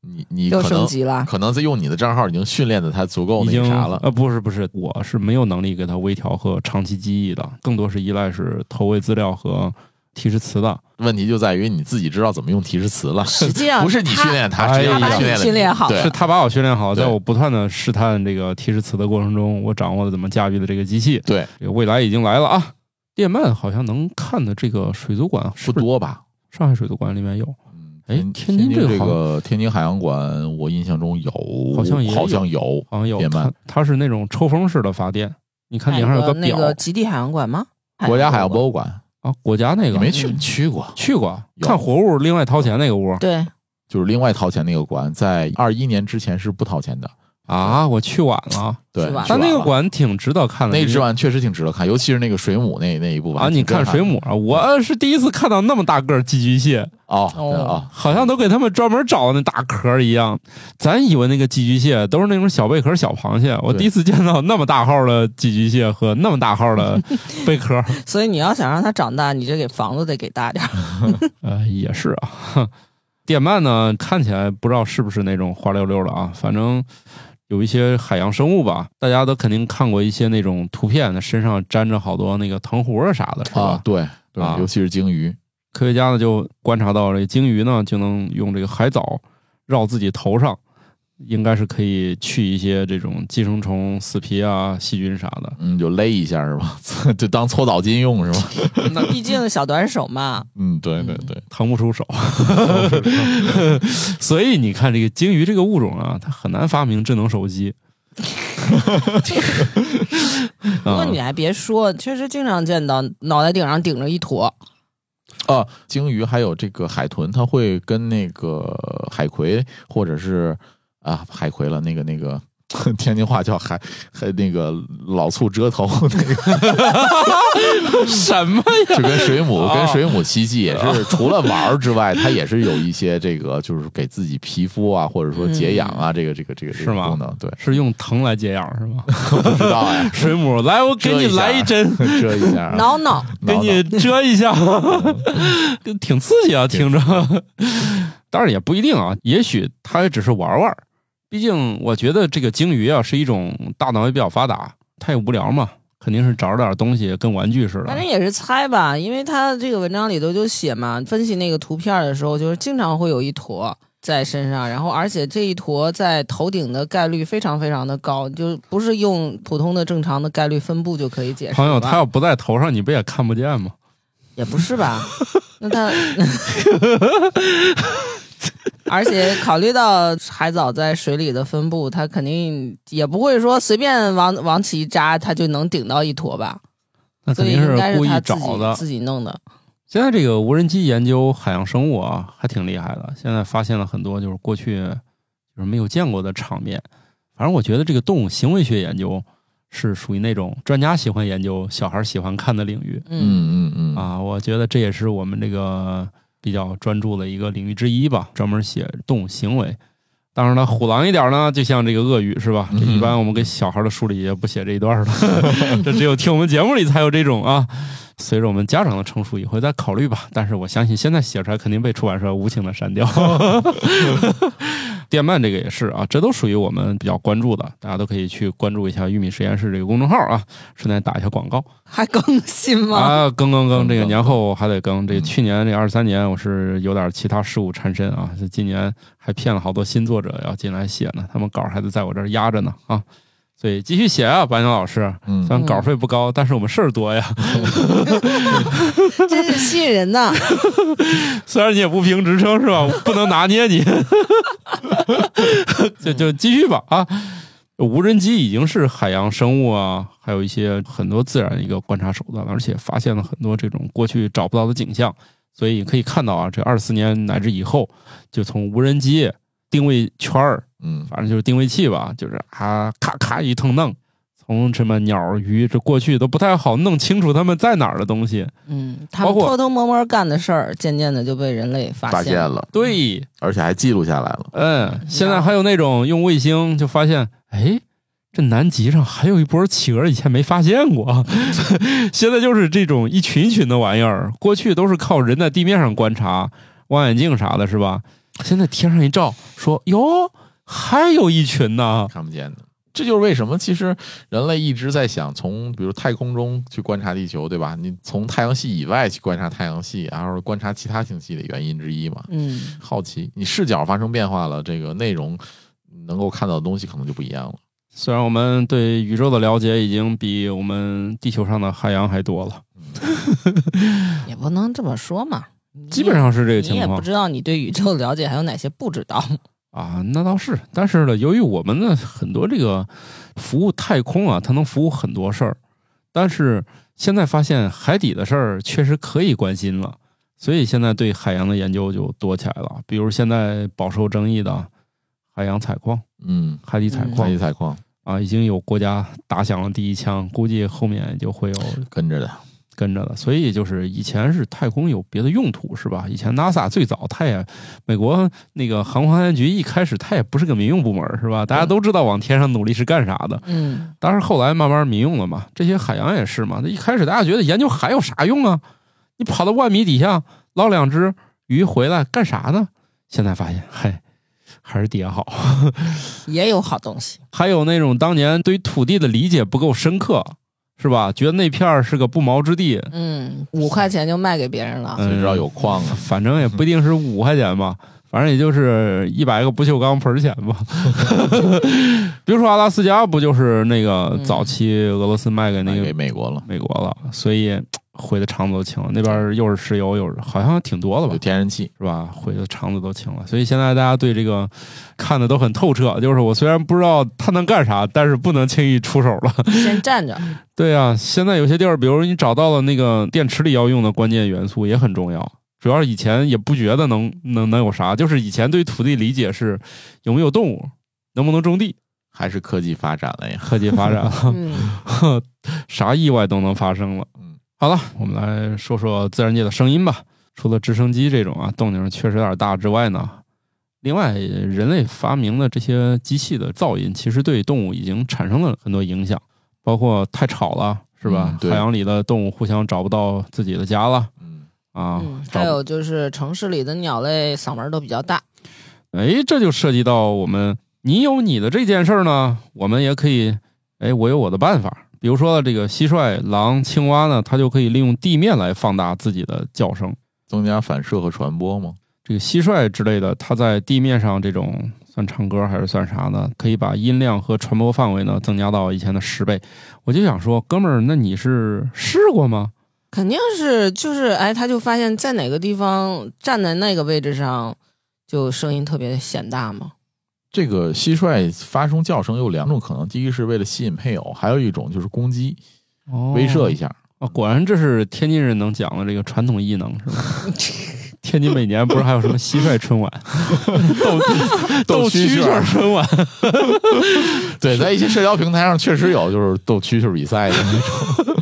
你你又可升能级了，可能在用你的账号已经训练的它足够已那经个啥了，呃，不是不是，我是没有能力给它微调和长期记忆的，更多是依赖是投喂资料和提示词的。问题就在于你自己知道怎么用提示词了，实际上不是你它训练它，它是它你把训你练了训练你好对是他把我训练好，对在我不断的试探这个提示词的过程中，我掌握了怎么驾驭的这个机器。对，这个未来已经来了啊！电鳗好像能看的这个水族馆不是是多吧？上海水族馆里面有，嗯哎天天津这这个好个天津海洋馆，我印象中有，好像也有好像有，好像有。电鳗它它是那种抽风式的发电，你看顶上有个那表个极地海洋馆吗？国家海洋博物馆，啊，国家那你个没去嗯去过？去过，有看活物另外掏钱那个屋对，就是另外掏钱那个馆，在二一年之前是不掏钱的，啊，我去晚了，对是吧，但那是个吧馆挺值得看的。那你只碗确实挺值得看，尤其是那个水母那那一部分啊，你看水母啊，嗯我是第一次看到那么大个儿寄居蟹，哦哦哦，好像都给他们专门找那大壳儿一样。咱以为那个寄居蟹都是那种小贝壳、小螃蟹，我对第一次见到那么大号的寄居蟹和那么大号的 <laughs> 贝壳儿。所以你要想让它长大，你这给房子得给大 <laughs> 点儿。呃，也是啊。 <laughs> 电鳗呢，看起来不知道是不是那种滑溜溜的啊，反正有一些海洋生物吧，大家都肯定看过一些那种图片，它身上粘着好多那个藤壶啊啥的，是吧？啊，对对啊，尤其是鲸鱼，科学家呢就观察到，这鲸鱼呢就能用这个海藻绕自己头上，应该是可以去一些这种寄生虫、死皮啊、细菌啥的。嗯，就勒一下是吧？ <laughs> 就当搓澡巾用是吧？那毕竟小短手嘛，嗯，对对对，腾不出手，哦 <laughs> 所以你看这个鲸鱼这个物种啊，它很难发明智能手 <laughs> 机。不过啊你还别说，确实经常见到脑袋顶上顶着一坨，啊，鲸鱼还有这个海豚，它会跟那个海葵或者是啊海葵了，那个那个 <laughs> 天津话叫海海那个老醋遮头， <laughs> 那个什么就跟水母哦跟水母嬉戏也是，除了玩儿之外，它也是有一些这个就是给自己皮肤啊或者嗯说解痒啊这个这个这个这是个吗功能，对，是用藤来解痒是吗？，不知道呀 <laughs> 水母，来，我给遮你一下来一针，遮一下啊，挠挠。给挠挠你遮一下， <laughs> 挺刺激啊，听着。当然也不一定啊，也许他也只是玩玩儿。毕竟我觉得这个鲸鱼啊是一种大脑也比较发达，它也无聊嘛，肯定是找着点东西跟玩具似反的。正也是猜吧，因为他这个文章里头就写嘛，分析那个图片的时候，就是经常会有一坨在身上，然后而且这一坨在头顶的概率非常非常的高，就不是用普通的正常的概率分布就可以解释了吧。朋友，它要不在头上，你不也看不见吗？也不是吧？那他， <laughs> 而且考虑到海藻在水里的分布，它肯定也不会说随便往往起一扎，它就能顶到一坨吧？那所肯以定应该故是意他自己找的。自己弄的。现在这个无人机研究海洋生物啊，还挺厉害的。现在发现了很多就是过去就是没有见过的场面。反正我觉得这个动物行为学研究是属于那种专家喜欢研究、小孩喜欢看的领域嗯，嗯嗯嗯啊。我觉得这也是我们这个比较专注的一个领域之一吧，专门写动物行为。当然了，虎狼一点呢，就像这个鳄鱼是吧？这一般我们给小孩的书里也不写这一段了，这只有听我们节目里才有这种啊。随着我们家长的成熟，也会再考虑吧。但是我相信现在写出来肯定被出版社无情的删掉。电鳗这个也是啊，这都属于我们比较关注的，大家都可以去关注一下“玉米实验室”这个公众号啊，顺便打一下广告。还更新吗？啊，更更更，更这个更年后还得更。这个嗯去年这二三年，我是有点其他事务缠身啊，这今年还骗了好多新作者要进来写呢，他们稿儿还得在我这儿压着呢啊，所以继续写啊，白鸟老师。嗯虽然稿费不高，但是我们事儿多呀。真是吸引人 <laughs> 呐！虽然你也不评职称是吧？我不能拿捏你，就就继续吧啊！无人机已经是海洋生物啊，还有一些很多自然一个观察手段了，而且发现了很多这种过去找不到的景象。所以可以看到啊，这二四年乃至以后，就从无人机定位圈儿，嗯反正就是定位器吧，就是啊咔咔一通弄，从什么鸟儿鱼，这过去都不太好弄清楚它们在哪儿的东西。嗯，他包们括偷偷摸摸干的事儿，渐渐的就被人类发发现现。了，对，而且还记录下来了。嗯，现在然后还有那种用卫星就发现，哎，这南极上还有一波企鹅，以前没发现过。 <laughs> 现在就是这种一群一群的玩意儿，过去都是靠人在地面上观察，望远镜啥的，是吧？现在天上一照，说哟，还有一群呢。看不见的。这就是为什么，其实人类一直在想从，比如太空中去观察地球，对吧？你从太阳系以外去观察太阳系，然后观察其他星系的原因之一嘛。嗯，好奇，你视角发生变化了，这个内容能够看到的东西可能就不一样了。虽然我们对宇宙的了解已经比我们地球上的海洋还多了，也不能这么说嘛。基本上是这个你情也况不。知道你对宇宙了解还有哪些不知 <laughs> 道。啊，那倒是，但是呢，由于我们的很多这个服务太空啊，它能服务很多事儿，但是现在发现海底的事儿确实可以关心了，所以现在对海洋的研究就多起来了。比如现在饱受争议的海洋采矿、嗯，海底采嗯矿、海底采矿啊，已经有国家打响了第一枪，估计后面就会有跟着的，跟着的。所以就是以前是太空有别的用途是吧？以前 NASA 最早它也，美国那个航空航天局一开始它也不是个民用部门是吧？大家都知道往天上努力是干啥的，嗯，但是后来慢慢民用了嘛。这些海洋也是嘛，那一开始大家觉得研究海有啥用啊？你跑到万米底下捞两只鱼回来干啥呢？现在发现，嘿，还是底下好。也有好东西。还有那种当年对于土地的理解不够深刻，是吧？觉得那片儿是个不毛之地， <laughs> 嗯，五块钱就卖给别人了。嗯谁知道有矿啊？反正也不一定是五块钱吧，反正也就是一百个不锈钢盆儿钱吧。 <laughs> 比如说阿拉斯加不就是那个嗯早期俄罗斯卖给那卖个给美国了，美国了，所以回的肠子都青了。那边儿又是石油，又是好像挺多了吧有？天然气，是吧？回的肠子都青了，所以现在大家对这个看的都很透彻。就是我虽然不知道它能干啥，但是不能轻易出手了。先站 <laughs> 着，对啊，现在有些地儿，比如你找到了那个电池里要用的关键元素，也很重要。主要是以前也不觉得能能能有啥，就是以前对土地理解是有没有动物，能不能种地，还是科技发展了呀？科技发展了，嗯， <laughs> 啥意外都能发生了。嗯，好了，我们来说说自然界的声音吧。除了直升机这种啊动静确实有点大之外呢，另外人类发明的这些机器的噪音，其实对动物已经产生了很多影响，包括太吵了，是吧嗯？对海洋里的动物互相找不到自己的家了嗯，啊嗯，找还不有就是城市里的鸟类嗓门儿都比较大，哎，这就涉及到我们你有你的这件事儿呢，我们也可以，哎，我有我的办法。比如说这个蟋蟀、狼、青蛙呢，它就可以利用地面来放大自己的叫声。增加反射和传播吗？这个蟋蟀之类的，它在地面上这种算唱歌还是算啥呢？可以把音量和传播范围呢增加到以前的十倍。我就想说，哥们儿，那你是试过吗？肯定是就是哎，他就发现在哪个地方站在那个位置上，就声音特别显大嘛。这个蟋蟀发出叫声有两种可能，第一是为了吸引配偶，还有一种就是攻击、哦威慑一下。啊，果然这是天津人能讲的这个传统艺能，是吧？天津每年不是还有什么蟋蟀春晚、斗斗蛐蛐儿儿春晚？对，在一些社交平台上确实有就是斗蛐蛐比赛的 <laughs> 那种。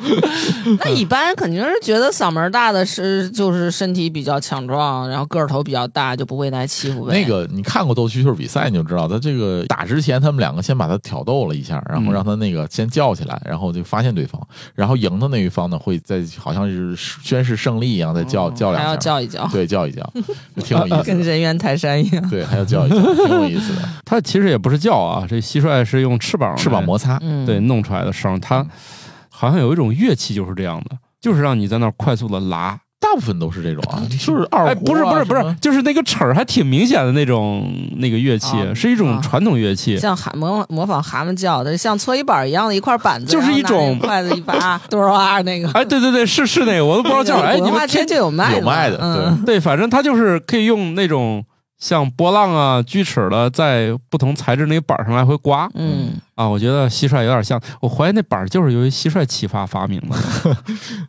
<laughs> 那一般肯定是觉得嗓门儿大的是就是身体比较强壮，然后个儿头比较大，就不会来欺负呗。那个你看过斗蛐蛐比赛你就知道，他这个打之前他们两个先把他挑逗了一下，然后嗯让他那个先叫起来，然后就发现对方，然后赢的那一方呢会在好像是宣誓胜利一样再叫、哦叫还要两下，叫一 <laughs> 叫，对，叫一叫，就挺有呃意思跟的。人猿泰山一样。对，还要叫一叫，挺有意思 <laughs> 的。它其实也不是叫啊，这蟋蟀是用翅膀来翅膀摩擦，嗯，对弄出来的声儿。它好像有一种乐器就是这样的，就是让你在那儿快速的拉。大部分都是这种啊，就是二胡、啊哎，不是不是不什是么，就是那个齿儿还挺明显的那种那个乐器，啊是一种啊传统乐器。像蛤模模仿蛤蟆叫的，像搓衣板一样的一块板子，就是然后一拿那种个筷子一 <laughs> 拔，多少啊那个。哎，对对对，是是那个，我都不知道叫啥。哎，你文们化天街就有卖有卖的，嗯，对，反正它就是可以用那种像波浪啊、锯齿的，在不同材质那个板儿上来回刮嗯，啊。我觉得蟋蟀有点像，我怀疑那板儿就是由于蟋蟀启发发明的，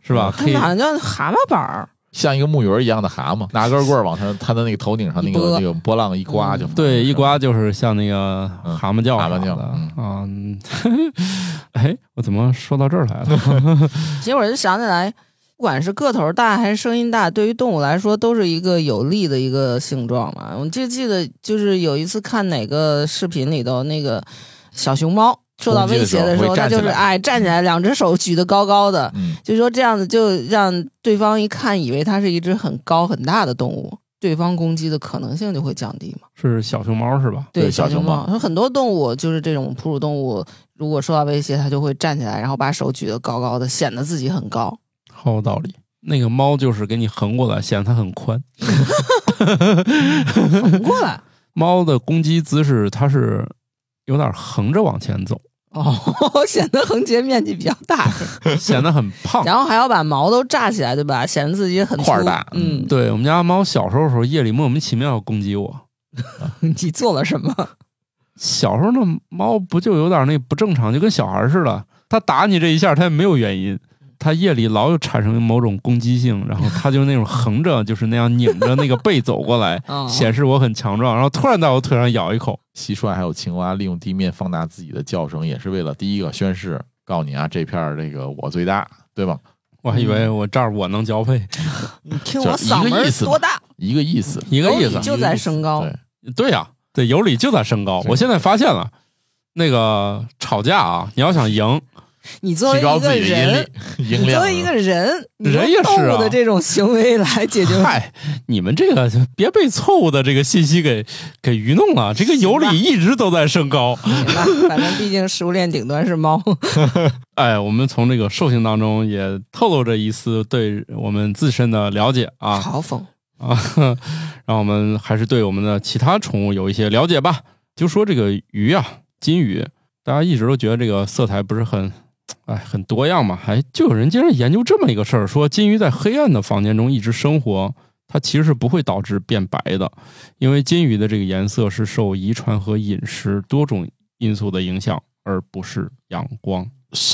是吧？可以它好像叫蛤蟆板儿，像一个木鱼儿一样的蛤蟆，拿根棍儿往他他的那个头顶上那一拨个那个波浪一刮就嗯对一刮就是像那个嗯蛤蟆叫蛤蟆啥叫的啊。嗯 <laughs> 哎，我怎么说到这儿来了？ <laughs> 结果就想起来，不管是个头大还是声音大，对于动物来说都是一个有利的一个性状嘛。我就记得就是有一次看哪个视频里头，那个小熊猫受到威胁的时攻击的时候，它候会站起就来是哎站起来，两只手举得高高的，嗯，就说这样子就让对方一看以为它是一只很高很大的动物，对方攻击的可能性就会降低嘛。是小熊猫是吧？对小小熊猫猫，很多动物就是这种哺乳动物，如果受到威胁，它就会站起来，然后把手举得高高的，显得自己很高。好有道理。那个猫就是给你横过来，显得它很宽。横过来。猫的攻击姿势它是有点横着往前走，哦， <laughs> 显得横截面积比较 <laughs> 大，显得很胖。然后还要把毛都炸起来，对吧？显得自己很粗块儿大嗯，对我们家猫小时候的时候，夜里莫名其妙攻击我。嗯 <laughs> 你做了什么？，<laughs> 小时候那猫不就有点那不正常，就跟小孩似的，它打你这一下，它也没有原因。它夜里老有产生某种攻击性，然后它就那种横着，就是那样拧着那个背走过来 <laughs> 哦显示我很强壮，然后突然在我腿上咬一口。蟋蟀还有青蛙利用地面放大自己的叫声，也是为了第一个宣誓，告诉你啊，这片儿这个我最大，对吧？我还以为我这儿我能交配，你听就嗯我是一嗓个门意儿思多嘛大？一个意思，一个意有思理。就在升高对，对呀、对，有理就在身高。我现在发现了，那个吵架啊，你要想赢，你作为提高一自个己的音人，力、音你量啊作。为一个人，你人用也是动啊。物的这种行为来解决嗨，你们这个就别被错误的这个信息给给愚弄了。这个有行吧理一直都在升高。行 <laughs> 吧反正毕竟食物链顶端是猫，哎，我们从这个兽性当中也透露着一丝对我们自身的了解啊。 <laughs> 嘲讽。啊， <laughs> 让我们还是对我们的其他宠物有一些了解吧。就说这个鱼啊，金鱼，大家一直都觉得这个色彩不是很，哎，很多样嘛。还就有人竟然研究这么一个事儿，说金鱼在黑暗的房间中一直生活，它其实是不会导致变白的，因为金鱼的这个颜色是受遗传和饮食多种因素的影响，而不是阳光。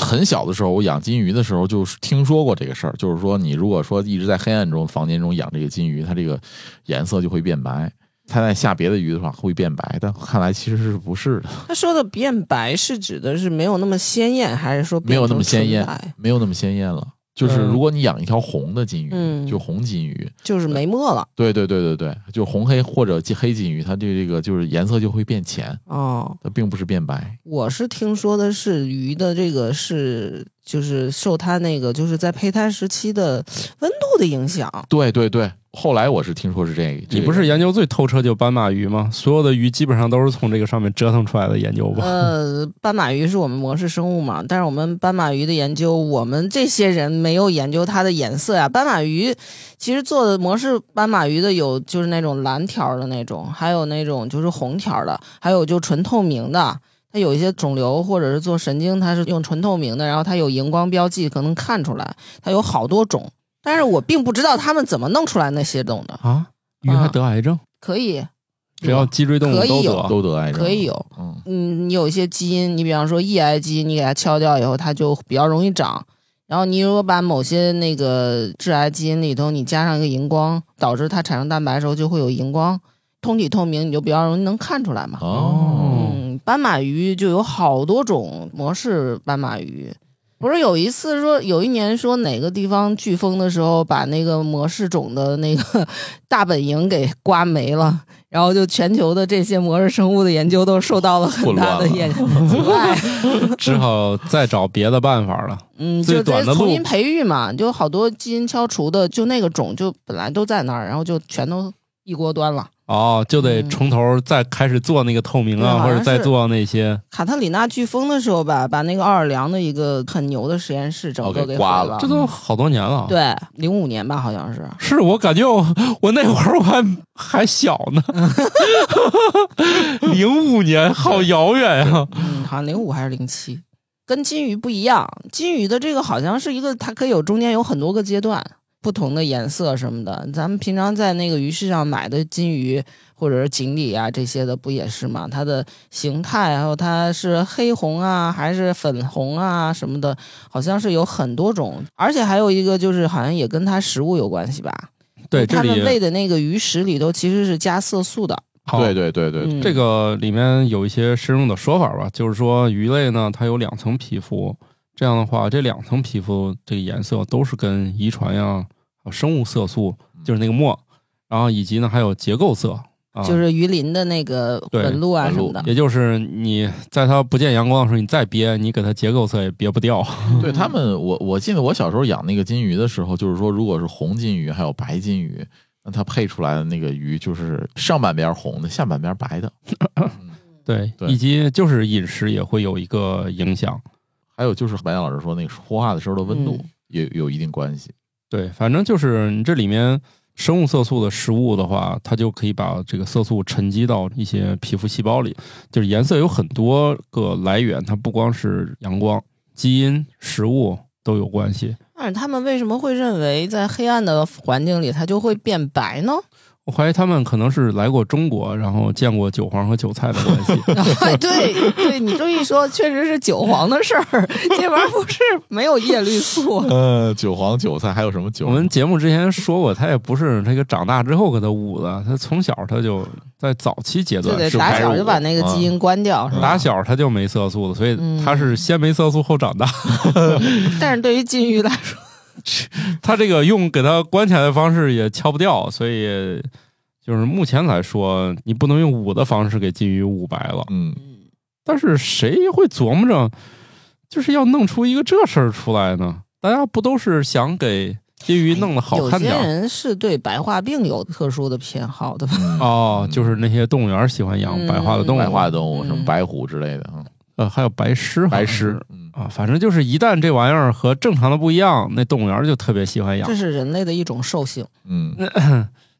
很小的时候，我养金鱼的时候就是听说过这个事儿，就是说你如果说一直在黑暗中房间中养这个金鱼，它这个颜色就会变白。它在下别的鱼的话会变白，但看来其实是不是的，他说的变白是指的是没有那么鲜艳，还是说变没有那么鲜艳成纯白，没有那么鲜艳了。就是嗯如果你养一条红的金鱼，嗯就红金鱼，就是没墨了？对对对对对，就红黑或者黑金鱼，它对这个就是颜色就会变浅，哦，它并不是变白。我是听说的是鱼的这个是就是受它那个就是在胚胎时期的温度的影响。对对对，后来我是听说是这个，你不这是个研究最透彻就斑马鱼吗？所有的鱼基本上都是从这个上面折腾出来的研究吧？呃，斑马鱼是我们模式生物嘛，但是我们斑马鱼的研究，我们这些人没有研究它的颜色呀。斑马鱼其实做的模式斑马鱼的有就是那种蓝条儿的那种，还有那种就是红条儿的，还有就纯透明的。它有一些肿瘤或者是做神经，它是用纯透明的，然后它有荧光标记，可能看出来。它有好多种，但是我并不知道它们怎么弄出来那些种的。啊，鱼还得癌症？可以，只要脊椎动物可以都有得。都得癌症，可以有。嗯，嗯，你有一些基因，你比方说抑癌基因，你给它敲掉以后，它就比较容易长。然后你如果把某些那个致癌基因里头，你加上一个荧光，导致它产生蛋白的时候就会有荧光，通体透明，你就比较容易能看出来嘛。哦，嗯，斑马鱼就有好多种模式斑马鱼。不是有一次说，有一年说哪个地方飓风的时候，把那个模式种的那个 <laughs> 大本营给刮没了，然后就全球的这些模式生物的研究都受到了很大的混眼阻碍。嗯只好再找别的办法了。嗯，最就直接短的路重新培育嘛，就好多基因消除的，就那个种就本来都在那儿，然后就全都一锅端了。哦，就得从头再开始做那个透明嗯啊，对或者再做那些。卡塔里娜飓风的时候吧，把那个奥尔良的一个很牛的实验室整哦个给给毁刮了这都好多年了。，啊对，啊零五年吧，好像是。是我感觉我我那会儿我还还小 <laughs> 呢，零五年，好遥远啊 <laughs> 呀、嗯，好像零五还是零七，跟金鱼不一样。金鱼的这个好像是一个，它可以有中间有很多个阶段，不同的颜色什么的。咱们平常在那个鱼市上买的金鱼或者是锦鲤啊这些的，不也是吗？它的形态，还有它是黑红啊，还是粉红啊什么的，好像是有很多种。而且还有一个就是，好像也跟它食物有关系吧？对，这它们里喂的那个鱼食里头其实是加色素的。好对对对对对，嗯这个里面有一些深入的说法吧，就是说鱼类呢，它有两层皮肤，这样的话，这两层皮肤这个颜色都是跟遗传呀、还有生物色素，嗯就是那个墨，然后以及呢还有结构色啊，就是鱼鳞的那个对纹路啊纹什路么的，也就是你在它不见阳光的时候，你再憋，你给它结构色也憋不掉。对嗯他们，我我记得我小时候养那个金鱼的时候，就是说，如果是红金鱼还有白金鱼，那它配出来的那个鱼就是上半边红的，下半边白的。对，对以及就是饮食也会有一个影响。还有就是白岩老师说那个孵化的时候的温度嗯也有一定关系。对，反正就是你这里面生物色素的食物的话，它就可以把这个色素沉积到一些皮肤细胞里。就是颜色有很多个来源，它不光是阳光、基因、食物都有关系。但是他们为什么会认为在黑暗的环境里它就会变 <laughs> 白呢？ <laughs> 我怀疑他们可能是来过中国，然后见过韭黄和韭菜的关系。对对，你这么一说，确实是韭黄的事儿，这玩意儿不是没有叶 <laughs> 绿素。 <laughs> 呃，韭黄、韭菜还有什么韭？我们节目之前说过，他也不是这个长大之后给他捂的，他从小他就在早期阶就段得是打白小乳就把那个基因关 <laughs> 掉，是吧？打小他就没色素了，所以嗯他是先没色素后长大。但是对于金鱼来说，他这个用给他关起来的方式也敲不掉，所以就是目前来说，你不能用捂的方式给金鱼捂白了。嗯，但是谁会琢磨着就是要弄出一个这事儿出来呢？大家不都是想给金鱼弄得好有看些点儿人是对白化病有特殊的偏好的吧？哦？就是那些动物园喜欢养白化的动物，嗯白化动物，嗯什么白虎之类的，嗯呃，还有 <laughs> 白狮好像是，白狮。嗯，啊，反正就是一旦这玩意儿和正常的不一样，那动物园就特别喜欢养这。是人类的一种兽性。嗯，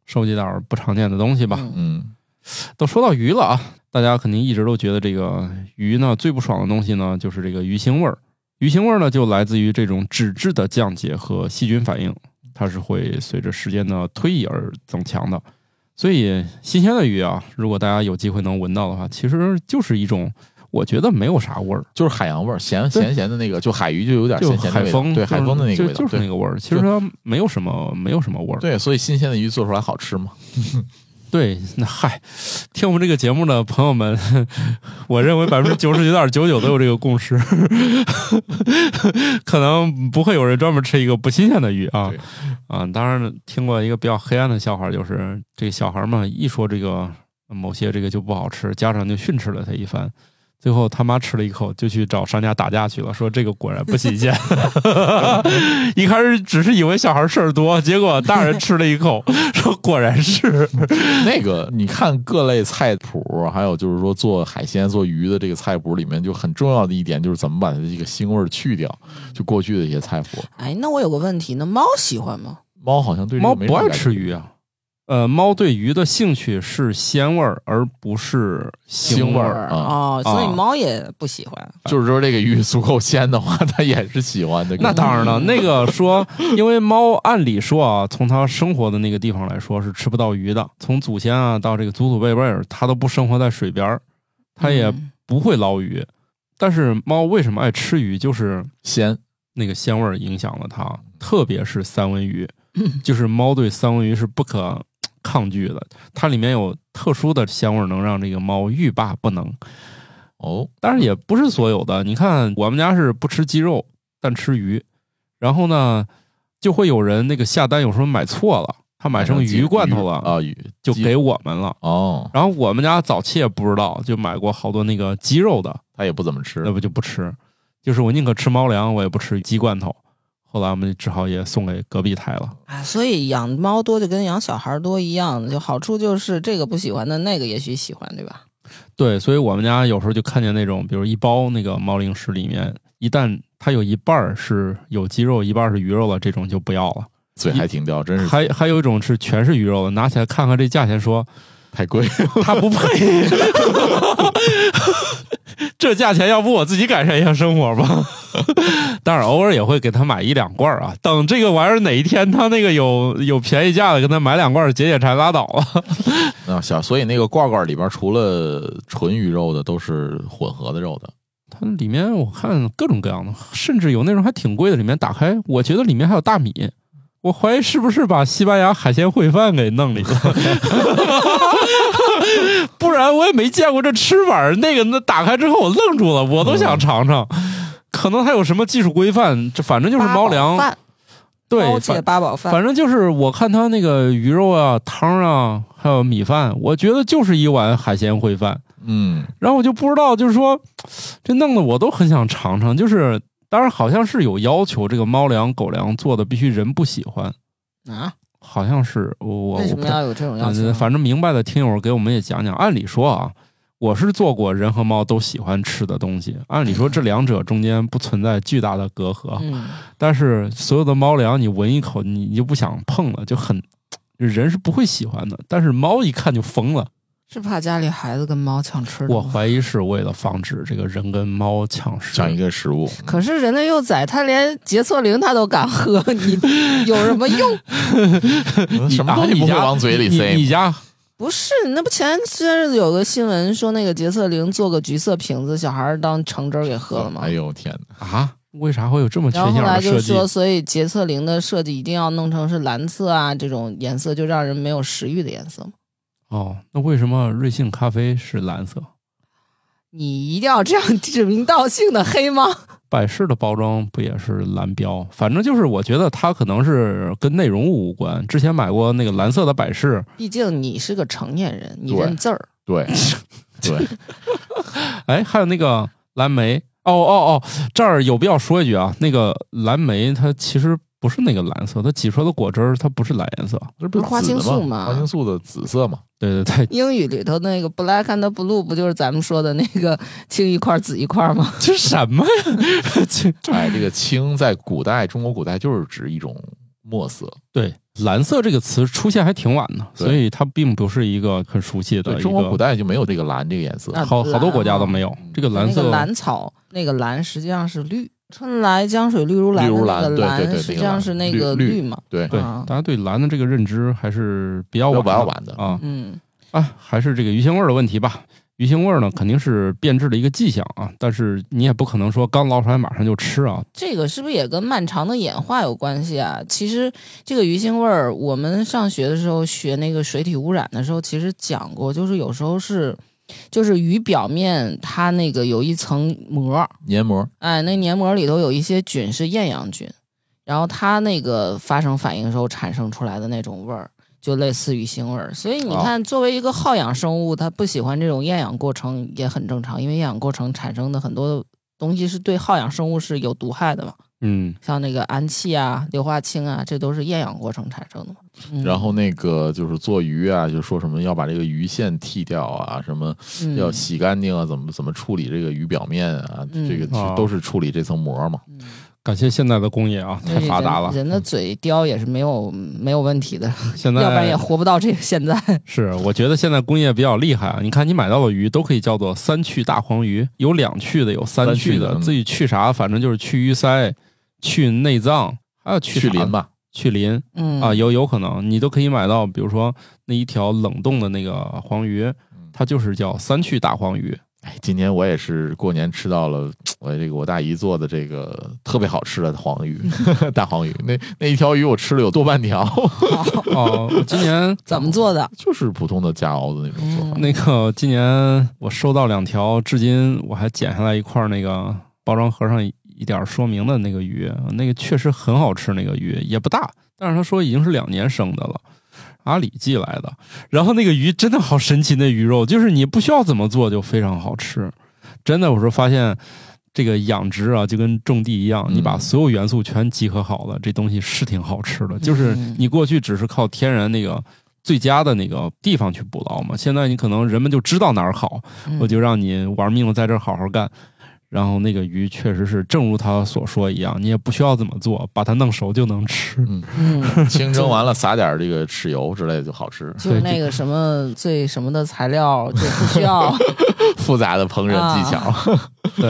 收集点儿不常见的东西吧。嗯嗯都说到鱼了啊，大家肯定一直都觉得这个鱼呢最不爽的东西呢，就是这个鱼腥味儿。鱼腥味儿呢，就来自于这种脂质的降解和细菌反应，它是会随着时间的推移而增强的。所以，新鲜的鱼啊，如果大家有机会能闻到的话，其实就是一种我觉得没有啥味儿，就是海洋味儿，咸对咸咸的那个，就海鱼就有点就咸咸的海味道，风，嗯对海风的那个就味道，就是那对个味儿。其实它没有什么，没有什么味儿。对，所以新鲜的鱼做出来好吃嘛。对，那嗨，听我们这个节目的朋友们， <laughs> 我认为百分之九十九点九九都有这个共识， <laughs> 可能不会有人专门吃一个不新鲜的鱼啊对啊！当然，听过一个比较黑暗的笑话，就是这个小孩嘛，一说这个某些这个就不好吃，家长就训斥了他一番。最后他妈吃了一口，就去找商家打架去了，说这个果然不新鲜。 <laughs> 一开始只是以为小孩事儿多，结果大人吃了一口，说果然是。 <laughs> 那个你看各类菜谱，还有就是说做海鲜、做鱼的这个菜谱里面，就很重要的一点就是怎么把它这个腥味儿去掉。就过去的一些菜谱，哎，那我有个问题，那猫喜欢吗？猫好像对这个猫没不什么爱感吃觉鱼啊。呃，猫对鱼的兴趣是鲜味儿，而不是腥腥味儿。儿哦，所以啊猫也不喜欢。就是说这个鱼足够鲜的话，它也是喜欢的。那当然了，那个说，因为猫按理说啊，从它生活的那个地方来说是吃不到鱼的。从祖先啊到这个祖祖辈辈儿，它都不生活在水边儿，它也嗯不会捞鱼。但是猫为什么爱吃鱼？就是鲜，那个鲜味儿影响了它，特别是三文鱼，就是猫对三文鱼是不可抗拒的，它里面有特殊的鲜味儿，能让这个猫欲罢不能。哦，当然也不是所有的，你看我们家是不吃鸡肉，但吃鱼，然后呢，就会有人那个下单有时候买错了，他买成鱼罐头了，啊，鱼就鸡给我们了。哦，然后我们家早期也不知道，就买过好多那个鸡肉的，它也不怎么吃那。不就不吃，就是我宁可吃猫粮，我也不吃鸡罐头。后来我们只好也送给隔壁台了。啊，所以养猫多就跟养小孩多一样，就好处就是这个不喜欢的，那个也许喜欢，对吧？对，所以我们家有时候就看见那种，比如一包那个猫零食里面，一旦它有一半儿是有鸡肉，一半儿是鱼肉了，这种就不要了。嘴还挺刁，真是还还有一种是全是鱼肉的，拿起来看看这价钱说，太贵。它不配。 <laughs> 这价钱，要不我自己改善一下生活吧。 <laughs> 当然，偶尔也会给他买一两罐儿啊。等这个玩意儿哪一天他那个有有便宜价的，跟他买两罐儿解解馋拉倒了。那啊小，所以那个罐罐里边除了纯鱼肉的，都是混合的肉的。它里面我看各种各样的，甚至有那种还挺贵的，里面打开我觉得里面还有大米。我怀疑是不是把西班牙海鲜烩饭给弄里了，不然我也没见过这吃法儿。那个那打开之后我愣住了，我都想尝尝。可能它有什么技术规范，这反正就是八猫宝粮，饭对，猫界反八宝饭，反正就是我看它那个鱼肉啊、汤啊，还有米饭，我觉得就是一碗海鲜烩饭。嗯，然后我就不知道，就是说，这弄得我都很想尝尝。就是，当然好像是有要求，这个猫粮、狗粮做的必须人不喜欢，啊，好像是我我为我什不么太要有这种要求嗯，呢？反正明白的听友给我们也讲讲。按理说啊，我是做过人和猫都喜欢吃的东西，按理说这两者中间不存在巨大的隔阂，嗯，但是所有的猫粮你闻一口，你你就不想碰了，就很。人是不会喜欢的，但是猫一看就疯了。是怕家里孩子跟猫抢吃的我吗怀疑是为了防止这个人跟猫抢食。像一个食物，可是人类幼崽，他连洁厕灵他都敢喝，你 <laughs> 有什么用？嗯什么东西啊不会往嘴里你塞你你家不是，那不前些日子有个新闻说，那个洁厕灵做个橘色瓶子，小孩儿当橙汁儿给喝了吗？哎呦天哪！啊？为啥会有这么缺然后心后眼来儿的就设计？说，所以洁厕灵的设计一定要弄成是蓝色啊，这种颜色就让人没有食欲的颜色嘛。哦，那为什么瑞幸咖啡是蓝色？你一定要这样指名道姓的黑吗？百事的包装不也是蓝标？反正就是，我觉得它可能是跟内容物无关。之前买过那个蓝色的百事，毕竟你是个成年人，你对认字儿。 <laughs> 对对，哎，还有那个蓝莓。哦哦哦，这儿有必要说一句啊，那个蓝莓它其实不是那个蓝色，它挤出来的果汁儿它不是蓝颜色。这不不是是花紫青的素吗？吗花青素的紫色 <laughs> 嘛，对对对，英语里头那个 black and blue 不就是咱们说的那个青一块儿紫一块儿吗？这什么呀？这 <laughs> 哎，这个青在古代中国古代就是指一种墨色，对，蓝色这个词出现还挺晚的，对所以它并不是一个很熟悉的对，一中国古个，代就没有这个蓝这个颜色。啊好好多国家都蓝啊没有这个蓝那色个。兰草，那个蓝实际上是绿。春来江水绿如蓝，绿如那个蓝对对对蓝对实际那个上蓝是那绿个绿绿嘛。对，对啊，大家对蓝的这个认知还是比较比较晚的晚的啊。嗯，啊，还是这个鱼腥味儿的问题吧。鱼腥味儿呢，肯定是变质的一个迹象啊，但是你也不可能说刚捞出来马上就吃啊。这个是不是也跟漫长的演化有关系啊？其实这个鱼腥味儿，我们上学的时候学那个水体污染的时候，其实讲过，就是有时候是，就是鱼表面它那个有一层膜儿，黏膜，哎，那黏膜里头有一些菌是厌氧菌，然后它那个发生反应的时候产生出来的那种味儿，就类似于腥味儿。所以你哦看，作为一个耗氧生物，它不喜欢这种厌氧过程也很正常，因为厌氧过程产生的很多东西是对耗氧生物是有毒害的嘛，嗯，像那个氨气啊、硫化氢啊，这都是厌氧过程产生的嘛。嗯、然后那个就是做鱼啊，就说什么要把这个鱼线剃掉啊，什么嗯要洗干净啊，怎么怎么处理这个鱼表面啊，嗯这个哦是都是处理这层膜嘛。嗯感谢现在的工业啊，太发达了。人人的嘴刁也是没有没有问题的，现要不然在也活不到这个现 <laughs> 在。是，我觉得现在工业比较厉害啊。你看，你买到的鱼都可以叫做三去大黄鱼，有两去的，有三三去去的嗯自己去啥，反正就是去鱼鳃、去内脏，还有去去啥鳞吧，去鳞嗯啊，有有可能你都可以买到，比如说那一条冷冻的那个黄鱼，嗯它就是叫三去大黄鱼。哎，今年我也是过年吃到了我这个我大姨做的这个特别好吃的黄鱼，嗯 <laughs> 大黄鱼，那那一条鱼我吃了有多半条， <laughs> 好哦，我今年怎么做 <laughs> 的？就是普通的加熬的那种嗯做法。那个今年我收到两条，至今我还剪下来一块儿那个包装盒上一点儿说明的那个鱼，那个确实很好吃，那个鱼也不大，但是他说已经是两年生的了。阿里寄来的，然后那个鱼真的好神奇，那鱼肉就是你不需要怎么做就非常好吃，真的，我说发现这个养殖啊，就跟种地一样，你把嗯所有元素全集合好了，这东西是挺好吃的。就是嗯你过去只是靠天然那个最佳的那个地方去捕捞嘛，现在你可能人们就知道哪儿好，嗯我就让你玩命的在这儿好好干。然后那个鱼确实是，正如他所说一样，你也不需要怎么做，把它弄熟就能吃。 <laughs> 嗯，，清蒸完了撒点这个豉油之类的就好吃就对是那这个什么最什么的材料就不需 <laughs> 要 <laughs> 复杂的烹啊饪技巧。 <laughs> 对，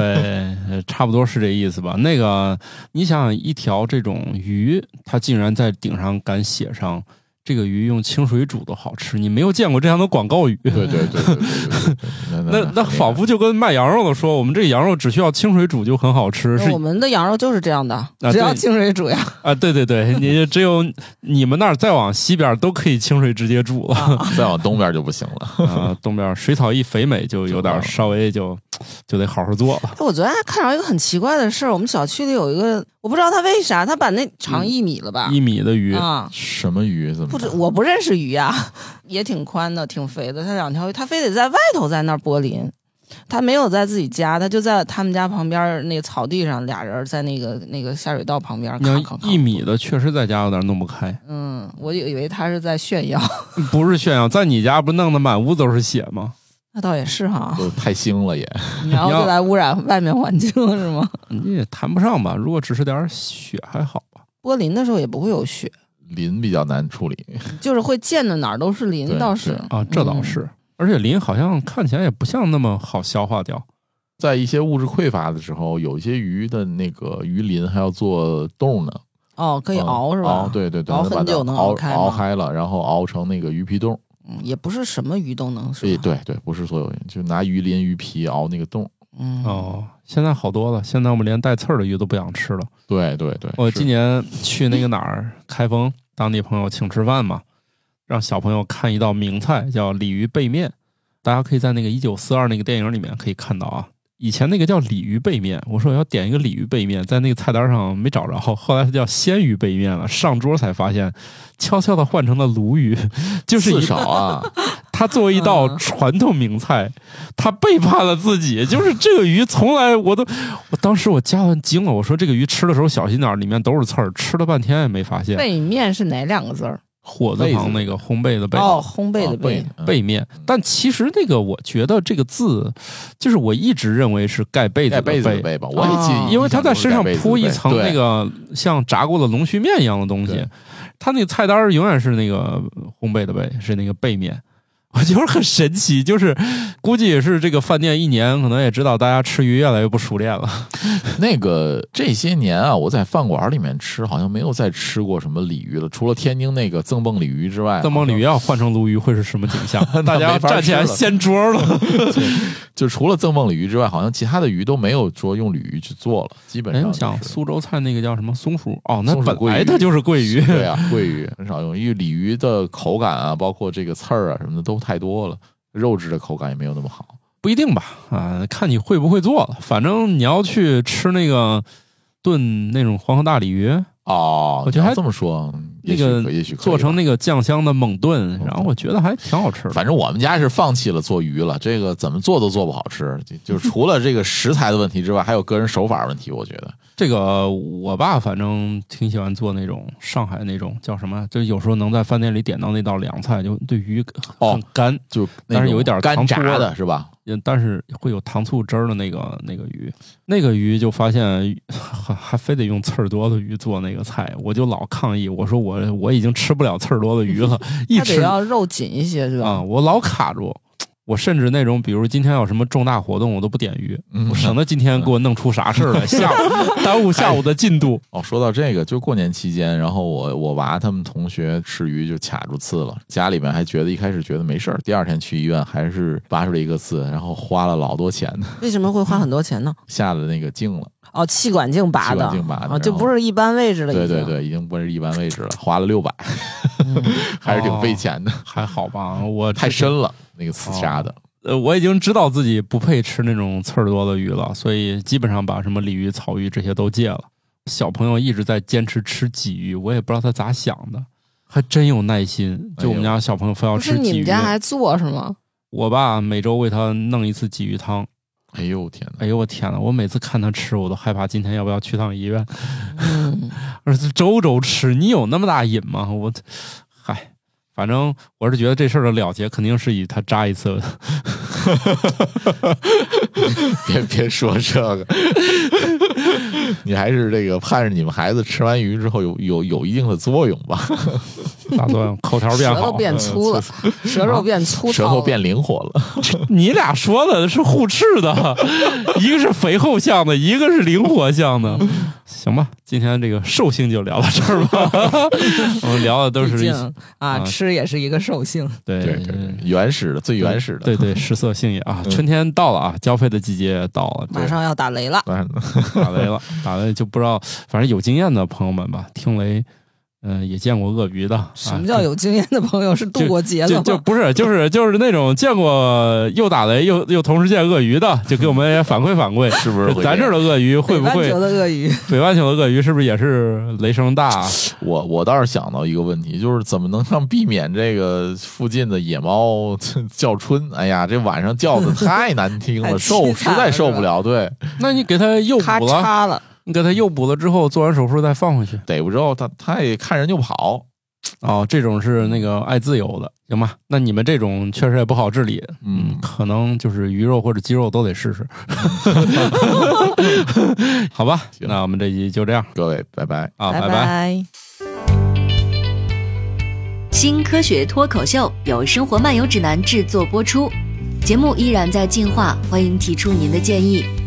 呃差不多是这意思吧。那个，你想想，一条这种鱼，它竟然在顶上敢写上这个鱼用清水煮都好吃，你没有见过这样的广 <laughs> 告语。对对对对对对对对，那嗯那仿佛就跟卖羊肉的说，我们这羊肉只需要清水煮就很好吃，是那我们的羊肉就是啊这样的，对只要清水煮呀。啊，对对对，你只有你们那儿再往西边都可以清水直接煮啊了， <laughs> 再往东边就不行了。啊，东边水草一肥美就有点稍微就就得好好做了，哎 <laughs> 我昨天还看到一个很奇怪的事儿，我们小区里有一个，我不知道他为啥，他把那长一米了吧？嗯一米的鱼，啊，什么鱼？怎么不知我不认识鱼呀、 <laughs> 也挺宽的，挺肥的。他两条鱼，他非得在外头在那儿柏林，他没有在自己家，他就在他们家旁边儿那草地上，俩人在那个那个下水道旁边儿，那咔咔咔一米的确实在家有点弄不开，嗯，我以为他是在炫耀， <laughs> 不是炫耀，在你家不弄得满屋都是血吗？那倒也是哈，都太腥了也。 <laughs> 然后你要就来污染外面环境了是吗？ <laughs> 你也谈不上吧，如果只是点血还好吧。柏林的时候也不会有雪，鳞比较难处理，就是会溅的哪儿都是林，对倒是对啊，这倒嗯是，而且磷好像看起来也不像那么好消化掉。在一些物质匮乏的时候，有一些鱼的那个鱼鳞还要做冻呢，哦，可以嗯熬是吧？熬，对对对，熬把它很久能熬开熬吗？开了，然后熬成那个鱼皮冻。嗯也不是什么鱼都能所以是吧？对对，不是所有人就拿鱼鳞、鱼皮熬那个冻。嗯，哦，现在好多了，现在我们连带刺儿的鱼都不想吃了。对对对，我哦是今年去那个哪儿开封，当地朋友请吃饭嘛，让小朋友看一道名菜叫鲤鱼背面，大家可以在那个一九四二那个电影里面可以看到啊。以前那个叫鲤鱼背面，我说我要点一个鲤鱼背面，在那个菜单上没找着，后来它叫鲜鱼背面了。上桌才发现，悄悄的换成了鲈鱼，就是刺一少 <laughs> 啊，它作为一道嗯传统名菜，它背叛了自己。就是这个鱼，从来我都，我当时我家人惊了，我说这个鱼吃的时候小心点儿，里面都是刺儿，吃了半天也没发现。背面是哪两个字儿？火字旁那个烘焙的焙，哦，烘焙啊的背焙，嗯背面。但其实那个我觉得这个字，就是我一直认为是盖被子盖的被子的被。被吧，我也记啊忆，因为他在身上铺一层那对，个像炸过的龙须面一样的东西对，他那个菜单儿永远是那个烘焙的焙，是那个背面。 <laughs> 我觉得很神奇，就是估计也是这个饭店一年可能也知道大家吃鱼越来越不熟练了。那个这些年啊，我在饭馆里面吃，好像没有再吃过什么鲤鱼了，除了天津那个赠蹦鲤鱼之外，邓蒙鲤鱼要换成鲈鱼会是什么景象？大家要没法站起来吃了掀桌了。就除了赠蹦鲤鱼之外，好像其他的鱼都没有说用鲤鱼去做了，基本哎，上、我就是。想苏州菜那个叫什么松鼠？哦，那松鼠本桂来鱼它就是桂鱼。 <laughs> 对啊，鳜鱼很少用，因为鲤鱼的口感啊，包括这个刺儿啊什么的都太多了，肉质的口感也没有那么好。不一定吧，啊、看你会不会做了。反正你要去吃那个炖那种黄河大鲤鱼，哦，我觉得你要还这么说，嗯也许那个可也许可以做成吧嗯那个酱香的猛炖，然后我觉得还挺好吃的。反正我们家是放弃了做鱼了，这个怎么做都做不好吃，<laughs> 就就除了这个食材的问题之外，还有个人手法问题。我觉得这个我爸反正挺喜欢做那种上海那种叫什么，就有时候能在饭店里点到那道凉菜，就对鱼哦很干，就但是有一点那种干糖醋味炸儿的是吧？嗯，但是会有糖醋汁儿的那个那个鱼，那个鱼就发现哎还还非得用刺儿多的鱼做那个菜，我就老抗议，我说我我已经吃不了刺儿多的鱼 <laughs> 了，一啊它得吃啊、要肉紧一些是吧？嗯我老卡住。我甚至那种，比如今天有什么重大活动，我都不点鱼，嗯我省得今天给我弄出啥事儿 <laughs> 来，下午耽误下午的进度。哦，说到这个，就过年期间，然后我我娃他们同学吃鱼就卡住刺了，家里面还觉得一开始觉得没事儿，第二天去医院还是拔出了一个刺，然后花了老多钱呢，为什么会花很多钱呢？下了那个镜了。哦，气管镜拔气的，管镜拔的啊，就然后不是一般位置了，对已经对，对，已经不是一般位置了，花了 <laughs> 六百，嗯还是哦挺费钱的，还好吧，我太之前深了那个刺杀哦的。呃，我已经知道自己不配吃那种刺儿多的鱼了，所以基本上把什么鲤鱼、草鱼这些都戒了。小朋友一直在坚持吃鲫鱼，我也不知道他咋想的，还真有耐心。就我们哎呦家小朋友非要不吃是你鲫们鱼，啊家还做是吗？我爸每周为他弄一次鲫鱼汤。哎呦天哪！哎呦我天呐，我每次看他吃，我都害怕今天要不要去趟医院。 <laughs> 嗯，儿子周周吃，你有那么大瘾吗？我，嗨，反正我是觉得这事儿的了结肯定是以他扎一次别别说这个， <laughs> 你还是这个盼着你们孩子吃完鱼之后有有有一定的作用吧，打 <laughs> 算口条变舌好呃头，变粗了，舌肉变粗，舌头。变灵活嗯了。你俩说的是互斥的， <laughs> 一个是肥厚向的，一个是灵活向的。行吧，今天这个兽性就聊到这儿 <laughs> 吧。我们聊的都毕是一些竟啊，啊吃也是一个兽性，对嗯对对对，原始的最原始的。对对食色性也啊。嗯春天到了啊，交配的季节到了，马上要打雷啊了。完了打雷 <laughs> 了，打雷就不知道，反正有经验的朋友们吧，听雷，嗯、也见过鳄鱼的。啊什么叫有经验的朋友是度过节了就吗？就不是就是就是那种见过又打雷又又同时见鳄鱼的，就给我们也反馈反馈， <laughs> 是不是会咱这儿的鳄鱼会北不半会球的鳄鱼，北半球的鳄鱼是不是也是雷声大？啊我我倒是想到一个问题，就是怎么能让避免这个附近的野猫 <laughs> 叫春？哎呀，这晚上叫的太难听太了，受凄实惨了在是受吧不了。对，那你给它诱咔捕了，嚓了，你给它诱捕了之后，做完手术再放回去。逮不着它，它也看人就跑。哦，这种是那个爱自由的，行吧？那你们这种确实也不好治理，嗯，可能就是鱼肉或者鸡肉都得试试。好吧，行那我们这集就这样各位，拜拜。啊，拜拜拜。新科学脱口秀由生活漫游指南制作播出，节目依然在进化，欢迎提出您的建议，